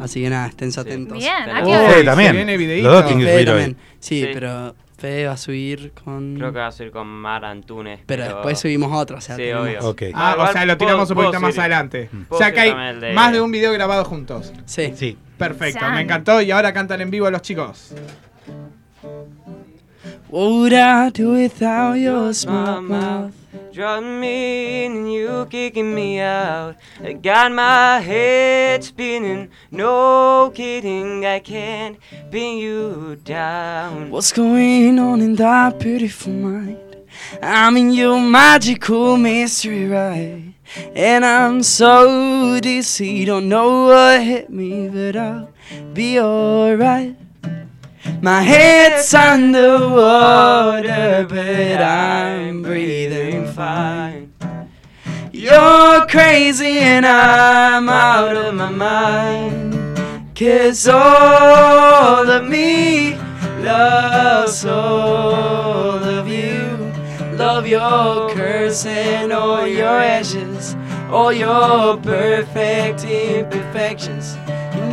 [SPEAKER 4] Así que nada, estén atentos.
[SPEAKER 1] Bien, ¿a
[SPEAKER 5] Uy,
[SPEAKER 1] qué hora?
[SPEAKER 3] Fede
[SPEAKER 2] se
[SPEAKER 3] también.
[SPEAKER 2] viene videíto.
[SPEAKER 3] Los dos tienen que
[SPEAKER 4] Fede
[SPEAKER 3] subir hoy.
[SPEAKER 4] también. Sí,
[SPEAKER 5] Sí.
[SPEAKER 4] pero Fede va a subir con...
[SPEAKER 5] Creo que va a ser con Mar Antunes.
[SPEAKER 4] Pero después subimos otro, o sea,
[SPEAKER 5] Sí,
[SPEAKER 4] tenemos-
[SPEAKER 5] obvio.
[SPEAKER 3] Ok.
[SPEAKER 5] Ah,
[SPEAKER 2] Ah, o sea,
[SPEAKER 5] igual
[SPEAKER 2] lo
[SPEAKER 5] puedo-
[SPEAKER 2] tiramos un
[SPEAKER 5] puedo
[SPEAKER 2] poquito más
[SPEAKER 5] seguir.
[SPEAKER 2] adelante. O
[SPEAKER 5] Puedo
[SPEAKER 2] sea que hay
[SPEAKER 5] seguir también el de-
[SPEAKER 2] más de un video grabado juntos.
[SPEAKER 4] Sí.
[SPEAKER 3] Sí.
[SPEAKER 2] Perfecto,
[SPEAKER 1] San.
[SPEAKER 2] me encantó y ahora cantan en vivo los chicos.
[SPEAKER 4] What would I do without your small mouth?
[SPEAKER 5] Drawing me in and you kicking me out. I got my head spinning. No kidding, I can't pin you down.
[SPEAKER 9] What's going on in that beautiful mind? I'm in your magical mystery ride. And I'm so dizzy, don't know what hit me, but I'll be alright. My head's underwater, but I'm breathing fine. You're crazy and I'm out of my mind. Cause all of me loves all of you. Love your curves and all your edges, all your perfect imperfections. And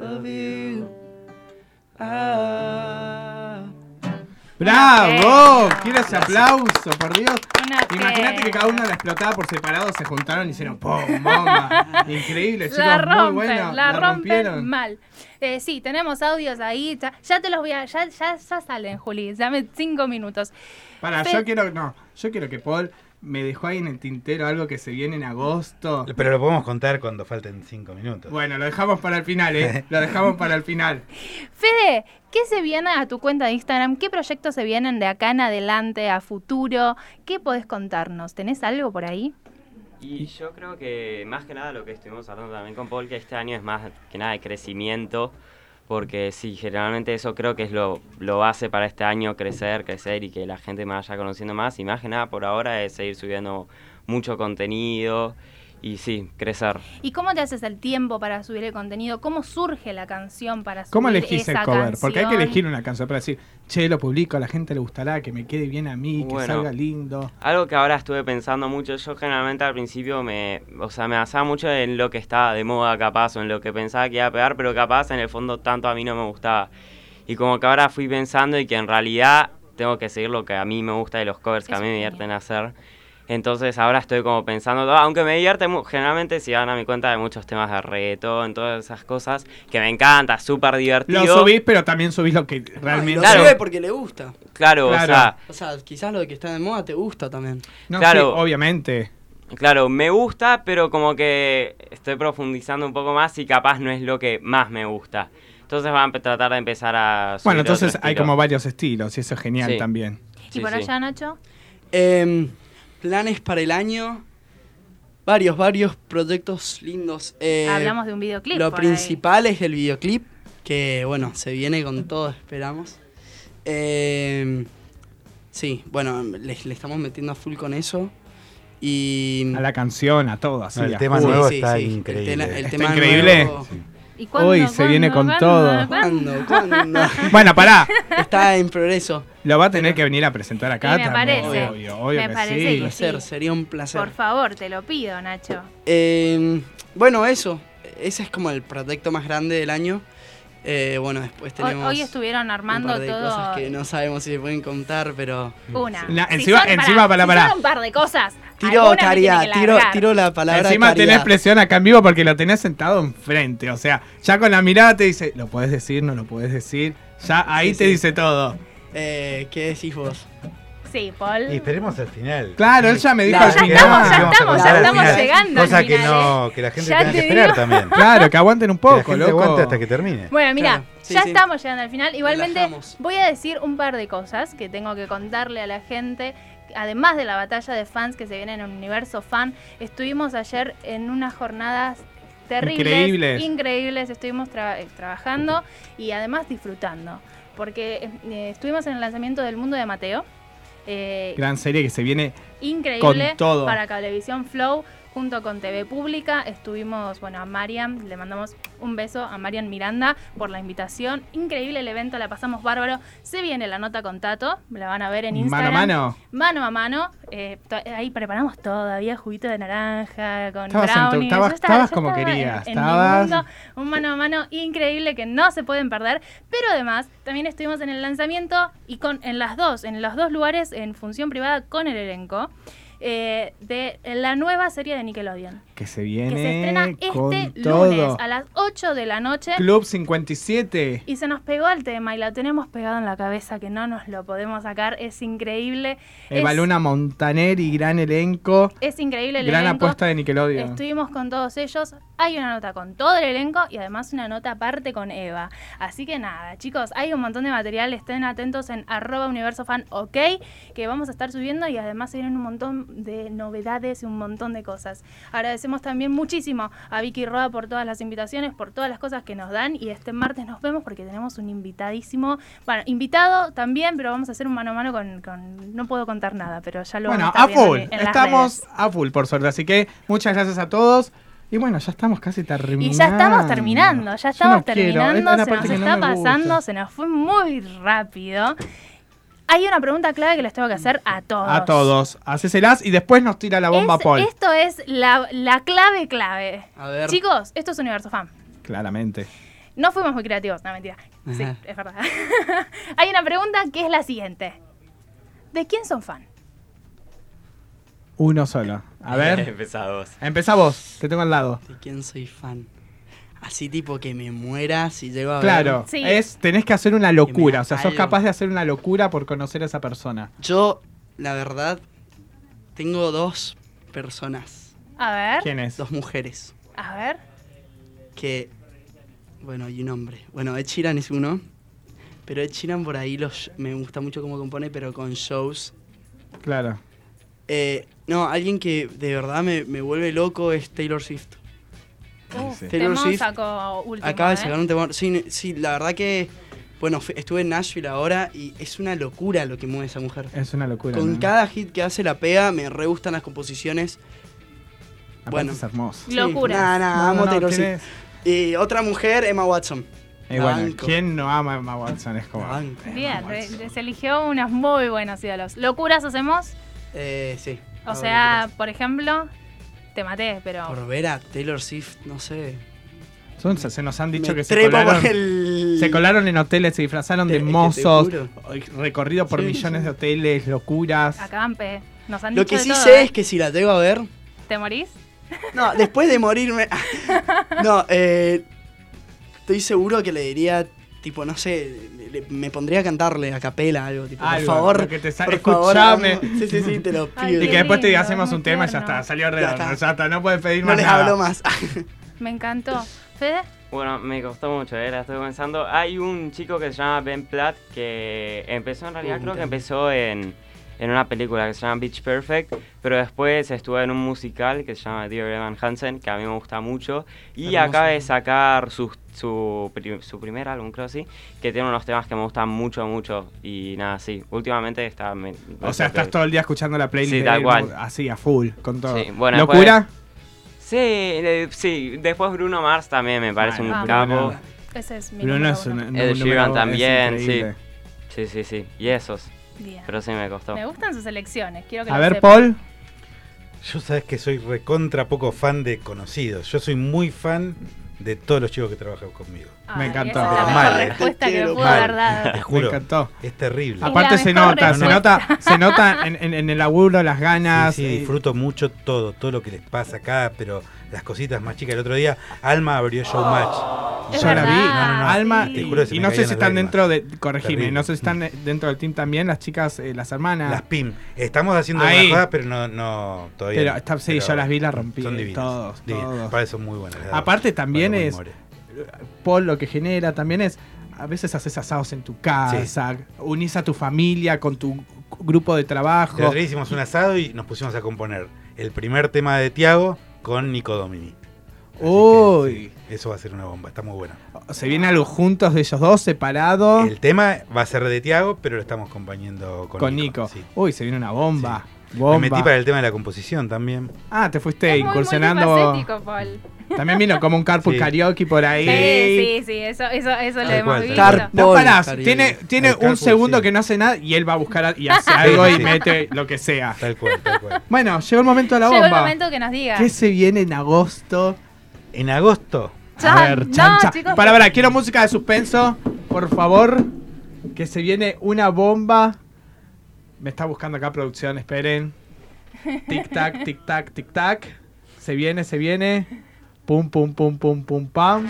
[SPEAKER 9] of you. Ah.
[SPEAKER 2] ¡Bravo!
[SPEAKER 1] genio.
[SPEAKER 2] Quiero ese aplauso, por Dios.
[SPEAKER 1] Una
[SPEAKER 2] Imagínate que
[SPEAKER 1] genio.
[SPEAKER 2] cada una la explotada por separado se juntaron y hicieron ¡pum! ¡Bomba! Increíble, chicos.
[SPEAKER 1] La rompen,
[SPEAKER 2] muy bueno.
[SPEAKER 1] la, rompen
[SPEAKER 2] rompieron.
[SPEAKER 1] mal. Eh, sí, tenemos audios ahí. Ya, ya te los voy a. Ya, ya, ya salen, Juli. Dame cinco minutos.
[SPEAKER 2] Para,
[SPEAKER 1] Fe-
[SPEAKER 2] yo quiero. No, yo quiero que Paul me dejó ahí en el tintero algo que se viene en agosto.
[SPEAKER 3] Pero lo podemos contar cuando falten 5 minutos.
[SPEAKER 2] Bueno, lo dejamos para el final, ¿eh? Lo dejamos para el final.
[SPEAKER 1] Fede, ¿qué se viene a tu cuenta de Instagram? ¿Qué proyectos se vienen de acá en adelante, a futuro? ¿Qué podés contarnos? ¿Tenés algo por ahí?
[SPEAKER 5] Y yo creo que más que nada lo que estuvimos hablando también con Paul, que este año es más que nada de crecimiento, porque sí, generalmente eso creo que es lo, lo base para este año, crecer, crecer y que la gente me vaya conociendo más. Y más que nada por ahora es seguir subiendo mucho contenido y sí, crecer.
[SPEAKER 1] ¿Y cómo te haces el tiempo para subir el contenido? ¿Cómo surge la canción para subir
[SPEAKER 2] ¿Cómo elegís el
[SPEAKER 1] esa
[SPEAKER 2] cover? Porque hay que
[SPEAKER 1] canción?
[SPEAKER 2] elegir una canción para decir, che, lo publico, a la gente le gustará, que me quede bien a mí, que
[SPEAKER 5] Bueno.
[SPEAKER 2] salga lindo.
[SPEAKER 5] Algo que ahora estuve pensando mucho, yo generalmente al principio me, o sea, me basaba mucho en lo que estaba de moda capaz o en lo que pensaba que iba a pegar, pero capaz en el fondo tanto a mí no me gustaba. Y como que ahora fui pensando y que en realidad tengo que seguir lo que a mí me gusta de los covers que a
[SPEAKER 1] Eso
[SPEAKER 5] mí me
[SPEAKER 1] es genial.
[SPEAKER 5] divierten hacer. Entonces ahora estoy como pensando, "Ah, aunque me divierte, mu- generalmente si van a mi cuenta de muchos temas de reggaetón, todas esas cosas, que me encanta, súper divertido.
[SPEAKER 2] Lo subís, pero también subís lo que realmente.
[SPEAKER 4] Lo
[SPEAKER 5] Claro.
[SPEAKER 4] sube porque le gusta.
[SPEAKER 5] Claro, o
[SPEAKER 2] Claro.
[SPEAKER 5] sea,
[SPEAKER 4] O sea, quizás lo de que está de moda te gusta también.
[SPEAKER 2] No,
[SPEAKER 5] Claro.
[SPEAKER 2] sí, obviamente.
[SPEAKER 5] Claro, me gusta, pero como que estoy profundizando un poco más y capaz no es lo que más me gusta. Entonces van a tratar de empezar a... subir
[SPEAKER 2] Bueno, entonces
[SPEAKER 5] otro
[SPEAKER 2] hay
[SPEAKER 5] estilo.
[SPEAKER 2] como varios estilos y eso es genial
[SPEAKER 5] Sí.
[SPEAKER 2] también.
[SPEAKER 1] ¿Y
[SPEAKER 5] Sí,
[SPEAKER 1] por
[SPEAKER 5] sí.
[SPEAKER 1] allá, Nacho?
[SPEAKER 4] Em, planes para el año. Varios, varios proyectos lindos. Eh,
[SPEAKER 1] Hablamos de un videoclip.
[SPEAKER 4] Lo
[SPEAKER 1] por ahí.
[SPEAKER 4] principal es el videoclip, que bueno, se viene con todo, esperamos. Em, sí, bueno, le, le estamos metiendo a full con eso. Y
[SPEAKER 2] A la canción, a todo, así.
[SPEAKER 3] No, el
[SPEAKER 2] a
[SPEAKER 3] Ah, tema
[SPEAKER 2] full.
[SPEAKER 3] nuevo
[SPEAKER 4] sí,
[SPEAKER 3] está
[SPEAKER 4] sí, el
[SPEAKER 3] increíble.
[SPEAKER 4] tela- el
[SPEAKER 2] ¿Está
[SPEAKER 4] tema
[SPEAKER 2] increíble?
[SPEAKER 4] nuevo-
[SPEAKER 1] ¿Y cuándo,
[SPEAKER 2] Hoy se
[SPEAKER 1] cuándo,
[SPEAKER 2] viene con
[SPEAKER 1] cuándo,
[SPEAKER 2] todo.
[SPEAKER 1] cuándo?
[SPEAKER 4] ¿Cuándo? ¿Cuándo?
[SPEAKER 2] Bueno, pará.
[SPEAKER 4] Está en progreso.
[SPEAKER 2] Lo va a tener que venir a presentar acá.
[SPEAKER 1] Sí, me
[SPEAKER 2] también,
[SPEAKER 1] parece.
[SPEAKER 2] Obvio, obvio
[SPEAKER 1] Me
[SPEAKER 2] que
[SPEAKER 1] parece
[SPEAKER 2] sí.
[SPEAKER 1] que sí.
[SPEAKER 4] Placer, sería un placer.
[SPEAKER 1] Por favor, te lo pido, Nacho.
[SPEAKER 4] Eh, bueno, eso. Ese es como el proyecto más grande del año. Eh, bueno, después
[SPEAKER 1] Hoy,
[SPEAKER 4] tenemos
[SPEAKER 1] hoy estuvieron
[SPEAKER 4] un par
[SPEAKER 1] armando
[SPEAKER 4] de
[SPEAKER 1] todo.
[SPEAKER 4] cosas que no sabemos si se pueden contar, pero...
[SPEAKER 1] Una.
[SPEAKER 2] Na- encima-
[SPEAKER 1] son-
[SPEAKER 2] encima, pará,
[SPEAKER 1] si
[SPEAKER 2] pará.
[SPEAKER 1] son un par de cosas.
[SPEAKER 4] Tiro
[SPEAKER 1] alguna me
[SPEAKER 4] caridad,
[SPEAKER 1] tiene que
[SPEAKER 4] tiro,
[SPEAKER 1] largar.
[SPEAKER 4] tiro la palabra
[SPEAKER 2] Encima
[SPEAKER 4] caridad.
[SPEAKER 2] tenés presión acá en vivo porque lo tenés sentado enfrente. O sea, ya con la mirada te dice, lo podés decir, no lo podés decir. Ya ahí
[SPEAKER 4] Sí,
[SPEAKER 2] te
[SPEAKER 4] sí.
[SPEAKER 2] dice todo.
[SPEAKER 4] Eh, ¿Qué decís vos?
[SPEAKER 1] Sí, Paul.
[SPEAKER 3] Y esperemos al final.
[SPEAKER 2] Claro, él ya me dijo
[SPEAKER 4] Ya
[SPEAKER 2] al
[SPEAKER 4] estamos,
[SPEAKER 2] final.
[SPEAKER 1] estamos, ya
[SPEAKER 3] Vamos a
[SPEAKER 1] estamos,
[SPEAKER 3] contar al
[SPEAKER 4] estamos
[SPEAKER 3] final.
[SPEAKER 1] llegando al
[SPEAKER 3] Cosa que
[SPEAKER 1] final,
[SPEAKER 3] no, que la gente
[SPEAKER 1] Ya
[SPEAKER 3] tenga que
[SPEAKER 1] te
[SPEAKER 3] esperar
[SPEAKER 1] digo.
[SPEAKER 3] también.
[SPEAKER 2] Claro, que aguanten un
[SPEAKER 3] Que la
[SPEAKER 2] poco,
[SPEAKER 3] gente
[SPEAKER 2] loco.
[SPEAKER 3] aguante hasta que termine.
[SPEAKER 1] Bueno, mira,
[SPEAKER 4] Claro, sí,
[SPEAKER 1] ya
[SPEAKER 4] sí.
[SPEAKER 1] estamos llegando al final. Igualmente
[SPEAKER 4] Relajamos.
[SPEAKER 1] voy a decir un par de cosas que tengo que contarle a la gente. Además de la batalla de fans que se viene en el universo fan, estuvimos ayer en unas jornadas terribles,
[SPEAKER 2] Increíbles.
[SPEAKER 1] increíbles. Estuvimos tra- eh, trabajando y además disfrutando. Porque eh, estuvimos en el lanzamiento del Mundo de Mateo. eh,
[SPEAKER 2] Gran serie que se viene
[SPEAKER 1] increíble
[SPEAKER 2] Con todo.
[SPEAKER 1] para Cablevisión Flow junto con TV Pública. Estuvimos, bueno, a Marian, le mandamos un beso a Marian Miranda por la invitación. Increíble el evento, la pasamos bárbaro. Se viene la nota con Tato, la van a ver en
[SPEAKER 2] mano a
[SPEAKER 1] Instagram.
[SPEAKER 2] mano.
[SPEAKER 1] Mano a mano. eh, to- ahí preparamos todavía juguito de naranja con
[SPEAKER 2] Estabas en tu-
[SPEAKER 1] brownies.
[SPEAKER 2] estabas-
[SPEAKER 1] Yo
[SPEAKER 2] estabas
[SPEAKER 1] yo
[SPEAKER 2] como
[SPEAKER 1] estaba en-
[SPEAKER 2] querías,
[SPEAKER 1] en mi
[SPEAKER 2] estabas-
[SPEAKER 1] mundo. Un mano a mano increíble que no se pueden perder. Pero además, también estuvimos en el lanzamiento y con en las dos, en los dos lugares en función privada con el elenco eh, de la nueva serie de Nickelodeon.
[SPEAKER 2] Que se
[SPEAKER 1] Que
[SPEAKER 2] viene
[SPEAKER 1] se estrena
[SPEAKER 2] con
[SPEAKER 1] este lunes
[SPEAKER 2] todo.
[SPEAKER 1] a las 8 de la noche.
[SPEAKER 2] Club 57.
[SPEAKER 1] Y se nos pegó el tema y lo tenemos pegado en la cabeza que no nos lo podemos sacar. Es increíble. Es-
[SPEAKER 2] Evaluna Montaner y gran elenco.
[SPEAKER 1] Es increíble el
[SPEAKER 2] gran
[SPEAKER 1] elenco.
[SPEAKER 2] apuesta de Nickelodeon.
[SPEAKER 1] Estuvimos con todos ellos. Hay una nota con todo el elenco y además una nota aparte con Eva. Así que nada, chicos, hay un montón de material. Estén atentos en arroba universofan ok, que vamos a estar subiendo y además se vienen un montón de novedades y un montón de cosas. Agradecemos también muchísimo a Vicky Roa por todas las invitaciones, por todas las cosas que nos dan. Y este martes nos vemos porque tenemos un invitadísimo. Bueno, invitado también, pero vamos a hacer un mano a mano con. con- no puedo contar nada, pero ya lo
[SPEAKER 2] Bueno,
[SPEAKER 1] vamos a
[SPEAKER 2] a
[SPEAKER 1] estar viendo
[SPEAKER 2] full.
[SPEAKER 1] en- en las
[SPEAKER 2] Estamos
[SPEAKER 1] redes.
[SPEAKER 2] a full, por suerte. Así que muchas gracias a todos. Y bueno, ya estamos casi terminando.
[SPEAKER 1] Y ya estamos terminando, ya estamos
[SPEAKER 2] no quiero, esta es
[SPEAKER 1] terminando,
[SPEAKER 2] la
[SPEAKER 1] se
[SPEAKER 2] parte
[SPEAKER 1] nos
[SPEAKER 2] que no
[SPEAKER 1] está
[SPEAKER 2] me gusta.
[SPEAKER 1] pasando, se nos fue muy rápido. Hay una pregunta clave que les tengo que hacer a todos.
[SPEAKER 2] A todos. Hacéselas y después nos tira la bomba
[SPEAKER 1] Es-
[SPEAKER 2] Paul.
[SPEAKER 1] Esto es la, la clave clave.
[SPEAKER 4] A ver.
[SPEAKER 1] Chicos, esto es Universo Fan.
[SPEAKER 2] Claramente.
[SPEAKER 1] No fuimos muy creativos, no, mentira. Sí,
[SPEAKER 4] Ajá.
[SPEAKER 1] es verdad. Hay una pregunta que es la siguiente. ¿De quién son fan?
[SPEAKER 2] Uno solo. A ver.
[SPEAKER 5] Empezamos.
[SPEAKER 2] Empezá vos, te tengo al lado.
[SPEAKER 4] ¿De quién soy fan? Así tipo que me muera si llego a ver-
[SPEAKER 2] Claro.
[SPEAKER 1] Sí.
[SPEAKER 2] Es, tenés que hacer una locura. O sea, sos
[SPEAKER 4] algo.
[SPEAKER 2] capaz de hacer una locura por conocer a esa persona.
[SPEAKER 4] Yo, la verdad, tengo dos personas,
[SPEAKER 1] A ver,
[SPEAKER 2] ¿Quién es?
[SPEAKER 4] dos mujeres,
[SPEAKER 1] a ver.
[SPEAKER 4] que... Bueno, y un hombre. Bueno, Ed Sheeran es uno, pero Ed Sheeran por ahí los, me gusta mucho cómo compone, pero con shows
[SPEAKER 2] Claro.
[SPEAKER 4] Eh, no, alguien que de verdad me, me vuelve loco es Taylor Swift.
[SPEAKER 1] Uf,
[SPEAKER 2] sí.
[SPEAKER 4] Taylor
[SPEAKER 1] temón
[SPEAKER 4] Swift
[SPEAKER 1] sacó último,
[SPEAKER 4] Acaba de
[SPEAKER 1] ¿eh?
[SPEAKER 4] sacar un temor. Sí, no- sí, la verdad que. Bueno, fui- estuve en Nashville ahora y es una locura lo que mueve esa mujer.
[SPEAKER 2] Es una locura.
[SPEAKER 4] Con
[SPEAKER 2] ¿no?
[SPEAKER 4] cada hit que hace la pega, me re gustan las composiciones.
[SPEAKER 2] Aparte
[SPEAKER 4] bueno.
[SPEAKER 2] es hermoso.
[SPEAKER 1] Locura.
[SPEAKER 4] Sí, nah, nah,
[SPEAKER 2] No,
[SPEAKER 4] amo
[SPEAKER 2] no,
[SPEAKER 4] Taylor
[SPEAKER 2] tiene-
[SPEAKER 4] Swift. Y otra mujer, Emma Watson.
[SPEAKER 2] Y
[SPEAKER 4] La
[SPEAKER 2] bueno,
[SPEAKER 4] banco.
[SPEAKER 2] ¿quién no ama a Emma Watson? Es como.
[SPEAKER 4] La banco.
[SPEAKER 1] Bien, re- se eligió unas muy buenas ídolos. ¿Locuras hacemos?
[SPEAKER 4] Eh, sí.
[SPEAKER 1] O
[SPEAKER 4] Ah,
[SPEAKER 1] sea,
[SPEAKER 4] bueno,
[SPEAKER 1] por ejemplo, te maté, pero...
[SPEAKER 4] por ver a Taylor Swift, no sé.
[SPEAKER 2] Son- se nos han dicho
[SPEAKER 4] me
[SPEAKER 2] que se
[SPEAKER 4] trepo
[SPEAKER 2] colaron,
[SPEAKER 4] por el- Eh,
[SPEAKER 2] se colaron en hoteles, se disfrazaron de
[SPEAKER 4] Te- es que te
[SPEAKER 2] mozos,
[SPEAKER 4] juro.
[SPEAKER 2] recorrido por
[SPEAKER 4] Sí,
[SPEAKER 2] millones
[SPEAKER 4] sí.
[SPEAKER 2] de hoteles, locuras.
[SPEAKER 1] Acampe. Nos han
[SPEAKER 4] Lo
[SPEAKER 1] dicho
[SPEAKER 4] que
[SPEAKER 1] de
[SPEAKER 4] sí
[SPEAKER 1] todo,
[SPEAKER 4] sé
[SPEAKER 1] ¿eh?
[SPEAKER 4] es que si la tengo a ver,
[SPEAKER 1] ¿Te morís?
[SPEAKER 4] No, después de morirme. No, eh, estoy seguro que le diría, tipo, no sé, le- me pondría a cantarle a capela algo, tipo,
[SPEAKER 2] Algo,
[SPEAKER 4] por
[SPEAKER 2] lo
[SPEAKER 4] favor.
[SPEAKER 2] que te sa-
[SPEAKER 4] por
[SPEAKER 2] escuchame.
[SPEAKER 4] favor, hazme- Sí, sí, sí, te lo
[SPEAKER 1] Ay,
[SPEAKER 4] pido.
[SPEAKER 2] Y
[SPEAKER 1] Qué
[SPEAKER 2] que después te
[SPEAKER 1] lindo,
[SPEAKER 2] hacemos
[SPEAKER 1] muy
[SPEAKER 2] un tema y ya
[SPEAKER 1] tierno.
[SPEAKER 2] está, salió redondo, ya
[SPEAKER 4] está.
[SPEAKER 2] está, no puedes pedir
[SPEAKER 4] no
[SPEAKER 2] más
[SPEAKER 4] les
[SPEAKER 2] nada.
[SPEAKER 4] hablo más.
[SPEAKER 1] Me encantó. ¿Fede?
[SPEAKER 5] Bueno, me costó mucho, eh, la estoy pensando. Hay un chico que se llama Ben Platt que empezó en realidad,
[SPEAKER 4] Uh,
[SPEAKER 5] creo que
[SPEAKER 4] también.
[SPEAKER 5] empezó en, en una película que se llama Beach Perfect, pero después estuvo en un musical que se llama Dear Evan Hansen, que a mí me gusta mucho, y
[SPEAKER 4] Hermoso.
[SPEAKER 5] acaba de sacar sus su, pri- su primer álbum, creo sí, que tiene unos temas que me gustan mucho, mucho. Y nada, sí, últimamente está... me-
[SPEAKER 2] O sea, estás todo el día escuchando la playlist
[SPEAKER 5] Sí,
[SPEAKER 2] de
[SPEAKER 5] tal
[SPEAKER 2] Dave
[SPEAKER 5] cual.
[SPEAKER 2] así, a full, con todo.
[SPEAKER 5] Sí, bueno,
[SPEAKER 2] ¿Locura?
[SPEAKER 5] Sí, eh, sí, después Bruno Mars también me parece
[SPEAKER 2] Bueno,
[SPEAKER 5] un
[SPEAKER 1] Ah,
[SPEAKER 5] capo.
[SPEAKER 2] Bruno.
[SPEAKER 1] Ese es mi
[SPEAKER 2] Bruno
[SPEAKER 1] número
[SPEAKER 2] es un,
[SPEAKER 1] uno.
[SPEAKER 2] un
[SPEAKER 5] Ed
[SPEAKER 2] número-
[SPEAKER 5] Sheeran
[SPEAKER 2] es
[SPEAKER 5] también, sí.
[SPEAKER 2] increíble.
[SPEAKER 5] Sí, sí, sí. Y esos.
[SPEAKER 1] Bien.
[SPEAKER 5] Pero sí me costó.
[SPEAKER 1] Me gustan sus elecciones. Quiero que
[SPEAKER 2] A
[SPEAKER 1] lo
[SPEAKER 2] ver,
[SPEAKER 1] sepan.
[SPEAKER 2] Paul.
[SPEAKER 3] Yo sabes que soy recontra poco fan de conocidos. Yo soy muy fan de todos los chicos que trabajan conmigo.
[SPEAKER 1] Ay,
[SPEAKER 2] Me encantó.
[SPEAKER 1] Esa es la
[SPEAKER 3] Mal,
[SPEAKER 1] mejor
[SPEAKER 3] eh.
[SPEAKER 1] respuesta que
[SPEAKER 4] Quiero,
[SPEAKER 1] me pudo
[SPEAKER 3] mal.
[SPEAKER 1] haber dado.
[SPEAKER 3] Te juro.
[SPEAKER 2] Me encantó.
[SPEAKER 3] Es terrible.
[SPEAKER 1] la
[SPEAKER 2] Aparte se
[SPEAKER 1] mejor
[SPEAKER 2] nota, se
[SPEAKER 1] respuesta.
[SPEAKER 2] nota, se nota en, en- en el laburo las ganas.
[SPEAKER 3] Sí, sí,
[SPEAKER 2] eh,
[SPEAKER 3] disfruto mucho todo, todo lo que les pasa acá, pero las cositas más chicas. El otro día, Alma abrió Showmatch.
[SPEAKER 1] Es
[SPEAKER 2] Yo la vi,
[SPEAKER 1] verdad.
[SPEAKER 3] No, no, no.
[SPEAKER 2] Alma,
[SPEAKER 1] sí.
[SPEAKER 3] Te juro que se
[SPEAKER 2] y
[SPEAKER 3] me
[SPEAKER 2] no
[SPEAKER 3] caían
[SPEAKER 2] sé si
[SPEAKER 3] las
[SPEAKER 2] están dentro
[SPEAKER 3] lágrimas.
[SPEAKER 2] de, corregime,
[SPEAKER 3] Terrible. Mm.
[SPEAKER 2] no sé si están eh, dentro del team también las chicas, eh, las hermanas.
[SPEAKER 3] Las PIM. Estamos haciendo
[SPEAKER 2] Ahí.
[SPEAKER 3] una joda, pero no, no todavía.
[SPEAKER 2] Pero
[SPEAKER 3] no.
[SPEAKER 2] está- sí,
[SPEAKER 3] Pero
[SPEAKER 2] yo las vi, las rompí,
[SPEAKER 3] Son divinas.
[SPEAKER 2] todos,
[SPEAKER 3] divinas.
[SPEAKER 2] todos.
[SPEAKER 3] Para eso son muy buenas. las dos.
[SPEAKER 2] Aparte también
[SPEAKER 3] Para Will
[SPEAKER 2] es-
[SPEAKER 3] More.
[SPEAKER 2] Paul lo que genera también es, a veces haces asados en tu casa, unís a tu familia con tu grupo de
[SPEAKER 3] El
[SPEAKER 2] trabajo.
[SPEAKER 3] otro día hicimos un asado y nos pusimos a componer el primer tema de Tiago con Nico Domini. Así que,
[SPEAKER 2] Uy,
[SPEAKER 3] sí, eso va a ser una bomba, está muy buena.
[SPEAKER 2] se vienen algo juntos de ellos dos, separados,
[SPEAKER 3] El tema va a ser de Tiago, pero lo estamos acompañando con,
[SPEAKER 2] con Nico.
[SPEAKER 3] sí.
[SPEAKER 2] Uy, se viene una bomba.
[SPEAKER 3] Me
[SPEAKER 2] bomba.
[SPEAKER 3] metí para el tema de la composición también.
[SPEAKER 2] Ah, te fuiste
[SPEAKER 1] Es muy
[SPEAKER 2] incursionando.
[SPEAKER 1] multifacético, Paul.
[SPEAKER 2] También vino como un carpool
[SPEAKER 3] Sí.
[SPEAKER 2] karaoke por ahí.
[SPEAKER 1] Sí, sí, sí, eso, eso, eso lo
[SPEAKER 3] Tal
[SPEAKER 1] hemos
[SPEAKER 3] cual, tal
[SPEAKER 1] visto.
[SPEAKER 3] cual.
[SPEAKER 2] No
[SPEAKER 4] Paul
[SPEAKER 2] parás,
[SPEAKER 4] Karaoke.
[SPEAKER 2] tiene, tiene
[SPEAKER 3] El
[SPEAKER 2] un
[SPEAKER 3] carpool,
[SPEAKER 2] segundo
[SPEAKER 3] sí.
[SPEAKER 2] que no hace nada y él va a buscar a- y hace algo y
[SPEAKER 3] sí.
[SPEAKER 2] mete lo que sea.
[SPEAKER 3] Tal cual, tal cual.
[SPEAKER 2] Bueno, llegó el momento de la
[SPEAKER 1] Llegó el
[SPEAKER 2] bomba.
[SPEAKER 1] momento que nos diga.
[SPEAKER 2] ¿Qué se viene en agosto?
[SPEAKER 3] En agosto,
[SPEAKER 1] Chan,
[SPEAKER 2] a ver, chan,
[SPEAKER 1] no,
[SPEAKER 2] chan.
[SPEAKER 1] chicos,
[SPEAKER 2] Para, para, quiero música de suspenso, por favor. Que se viene una bomba. Me está buscando acá producción, esperen. Tic tac, tic tac, tic tac. Se viene, se viene. Pum, pum, pum, pum, pum, pam.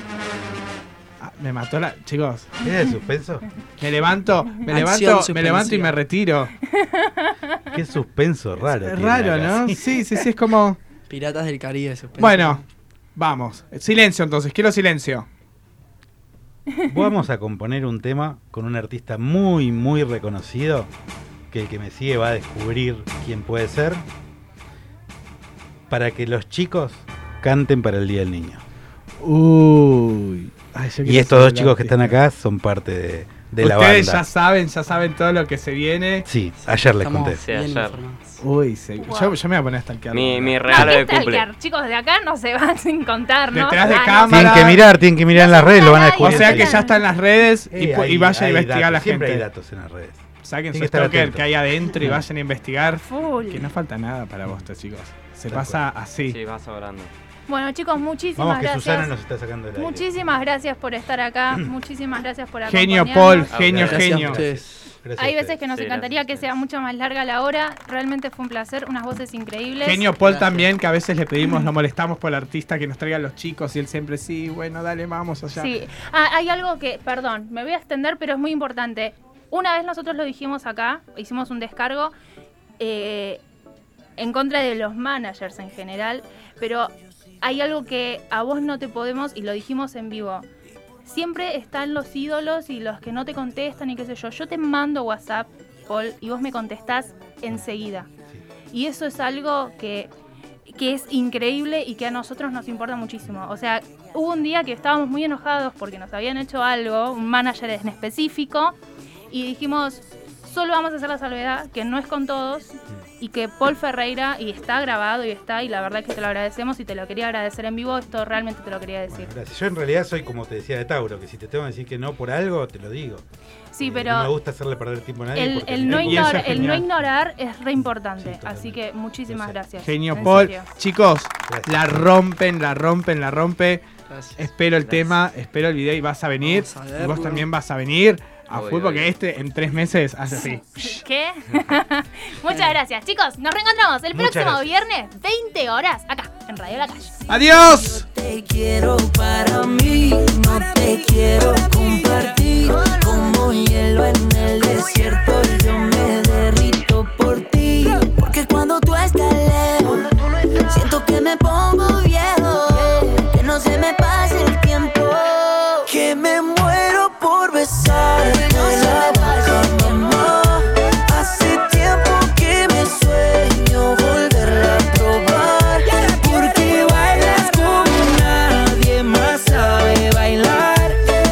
[SPEAKER 2] Ah, me mató la. Chicos,
[SPEAKER 3] ¿es de suspenso?
[SPEAKER 2] me levanto, me
[SPEAKER 4] Acción
[SPEAKER 2] levanto, me
[SPEAKER 4] suspensiva.
[SPEAKER 2] levanto y me retiro.
[SPEAKER 3] Qué suspenso raro.
[SPEAKER 2] Es
[SPEAKER 3] tiene
[SPEAKER 2] raro,
[SPEAKER 3] acá.
[SPEAKER 2] ¿no? Sí, sí, sí, es como.
[SPEAKER 4] Piratas del Caribe, suspenso.
[SPEAKER 2] Bueno, vamos. Silencio entonces, quiero silencio.
[SPEAKER 3] Vamos a componer un tema con un artista muy, muy reconocido, que el que me sigue va a descubrir quién puede ser, para que los chicos canten para el Día del Niño.
[SPEAKER 2] Uy. Ay, yo
[SPEAKER 3] Y
[SPEAKER 2] quiero
[SPEAKER 3] estos
[SPEAKER 2] ser
[SPEAKER 3] dos
[SPEAKER 2] el
[SPEAKER 3] chicos que están
[SPEAKER 2] artista.
[SPEAKER 3] acá son parte de, de la banda.
[SPEAKER 2] Ustedes ya saben, ya saben todo lo que se viene.
[SPEAKER 3] Sí, ayer les
[SPEAKER 4] Estamos
[SPEAKER 3] conté.
[SPEAKER 5] Sí,
[SPEAKER 4] bien
[SPEAKER 5] ayer.
[SPEAKER 4] informados.
[SPEAKER 2] Uy, se-
[SPEAKER 1] Wow.
[SPEAKER 2] yo, yo me voy a poner hasta el que
[SPEAKER 5] Mi, mi
[SPEAKER 1] No,
[SPEAKER 5] regalo
[SPEAKER 1] ¿qué
[SPEAKER 5] de
[SPEAKER 1] tal,
[SPEAKER 5] cumple.
[SPEAKER 1] Car? Chicos, de acá no se van sin contarnos.
[SPEAKER 2] Detrás de
[SPEAKER 1] Ah, no.
[SPEAKER 2] cámara.
[SPEAKER 3] Tienen que mirar, tienen que mirar en las redes, lo van a
[SPEAKER 2] O
[SPEAKER 3] descubrir.
[SPEAKER 2] sea que
[SPEAKER 1] Bien.
[SPEAKER 2] ya está en las redes y,
[SPEAKER 3] Eh,
[SPEAKER 2] pu- y
[SPEAKER 3] hay-
[SPEAKER 2] vayan a
[SPEAKER 3] hay
[SPEAKER 2] investigar
[SPEAKER 3] datos,
[SPEAKER 2] la
[SPEAKER 3] Siempre hay
[SPEAKER 2] gente.
[SPEAKER 3] datos en las redes.
[SPEAKER 2] Saquen
[SPEAKER 3] Tiene
[SPEAKER 2] su
[SPEAKER 3] que estar
[SPEAKER 2] stalker
[SPEAKER 3] atento.
[SPEAKER 2] que hay adentro y vayan a investigar.
[SPEAKER 1] Full.
[SPEAKER 2] Que no falta nada para vos, chicos. Se
[SPEAKER 3] Tal
[SPEAKER 2] pasa así.
[SPEAKER 5] Sí, vas sobrando.
[SPEAKER 1] Bueno, chicos, muchísimas
[SPEAKER 3] Vamos que
[SPEAKER 1] gracias.
[SPEAKER 3] Susana nos está sacando el aire.
[SPEAKER 1] Muchísimas gracias por estar acá. Muchísimas gracias por
[SPEAKER 2] Genio Paul,
[SPEAKER 1] acompañarnos.
[SPEAKER 2] genio,
[SPEAKER 4] Gracias
[SPEAKER 2] genio.
[SPEAKER 4] a ustedes.
[SPEAKER 3] Gracias
[SPEAKER 1] Hay
[SPEAKER 3] a ustedes.
[SPEAKER 1] veces que nos
[SPEAKER 5] Sí,
[SPEAKER 1] encantaría
[SPEAKER 5] gracias a
[SPEAKER 1] que sea
[SPEAKER 5] ustedes.
[SPEAKER 1] mucho más larga la hora. Realmente fue un placer, unas voces increíbles.
[SPEAKER 2] Genio Paul
[SPEAKER 4] Gracias.
[SPEAKER 2] también, que a veces le pedimos, lo molestamos por el artista que nos traiga los chicos y él siempre, sí, bueno, dale, vamos allá.
[SPEAKER 1] Sí. Ah, hay algo que, perdón, me voy a extender, pero es muy importante. Una vez nosotros lo dijimos acá, hicimos un descargo eh, en contra de los managers en general, pero hay algo que a vos no te podemos, y lo dijimos en vivo. Siempre están los ídolos y los que no te contestan y qué sé yo. Yo te mando WhatsApp, Paul, y vos me contestás enseguida. Y eso es algo que, que es increíble y que a nosotros nos importa muchísimo. O sea, hubo un día que estábamos muy enojados porque nos habían hecho algo, un manager en específico, y dijimos, solo vamos a hacer la salvedad, que no es con todos, y que Paul Ferreira, y está grabado y está, y la verdad es que te lo agradecemos y te lo quería agradecer en vivo, esto realmente te lo quería decir.
[SPEAKER 3] Bueno, gracias. Yo en realidad soy como te decía de Tauro, que si te tengo que decir que no por algo, te lo digo.
[SPEAKER 1] Sí,
[SPEAKER 3] Eh,
[SPEAKER 1] pero...
[SPEAKER 3] No me gusta hacerle perder tiempo a nadie.
[SPEAKER 1] El,
[SPEAKER 3] porque
[SPEAKER 1] el
[SPEAKER 3] me
[SPEAKER 1] no
[SPEAKER 2] Y eso
[SPEAKER 1] ignora-
[SPEAKER 2] es
[SPEAKER 1] el no
[SPEAKER 2] genial.
[SPEAKER 1] ignorar es re importante,
[SPEAKER 3] Sí,
[SPEAKER 1] así que muchísimas
[SPEAKER 3] Yo sé.
[SPEAKER 1] gracias.
[SPEAKER 2] Genio
[SPEAKER 1] en
[SPEAKER 2] Paul.
[SPEAKER 1] serio.
[SPEAKER 2] Chicos,
[SPEAKER 3] Gracias.
[SPEAKER 2] la rompen, la rompen, la rompen.
[SPEAKER 4] Gracias.
[SPEAKER 2] Espero el
[SPEAKER 5] Gracias.
[SPEAKER 2] tema, espero el video y vas a venir.
[SPEAKER 4] Vamos a verlo.
[SPEAKER 2] Y vos también vas a venir a
[SPEAKER 5] Obvio,
[SPEAKER 2] full porque
[SPEAKER 5] obvio.
[SPEAKER 2] este en tres meses hace así.
[SPEAKER 1] ¿Qué? Muchas gracias, chicos. Nos reencontramos el
[SPEAKER 3] Eh. Muchas
[SPEAKER 1] próximo
[SPEAKER 3] gracias.
[SPEAKER 1] viernes, 20 horas, acá, en Radio La Calle.
[SPEAKER 2] ¡Adiós!
[SPEAKER 8] Te quiero para mí, no te quiero compartir. Como hielo en el desierto, yo me derrito por ti. Porque cuando tú estás lejos, siento que me pongo viejo. Que no se me pase el tiempo. Que me muero por besarte. la boca, mamá. Hace tiempo que me sueño volverla a probar. Porque bailas como nadie más sabe bailar.
[SPEAKER 4] eh. eh.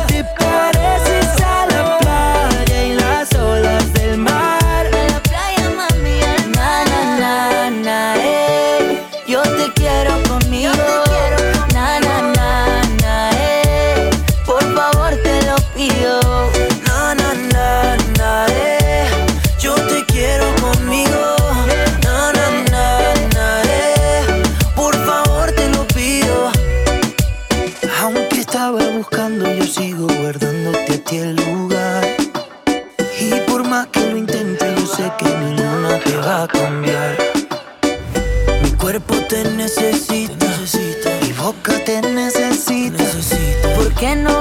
[SPEAKER 4] eh.
[SPEAKER 8] a cambiar. Mi cuerpo te necesita, mi boca te necesita. ¿Por qué no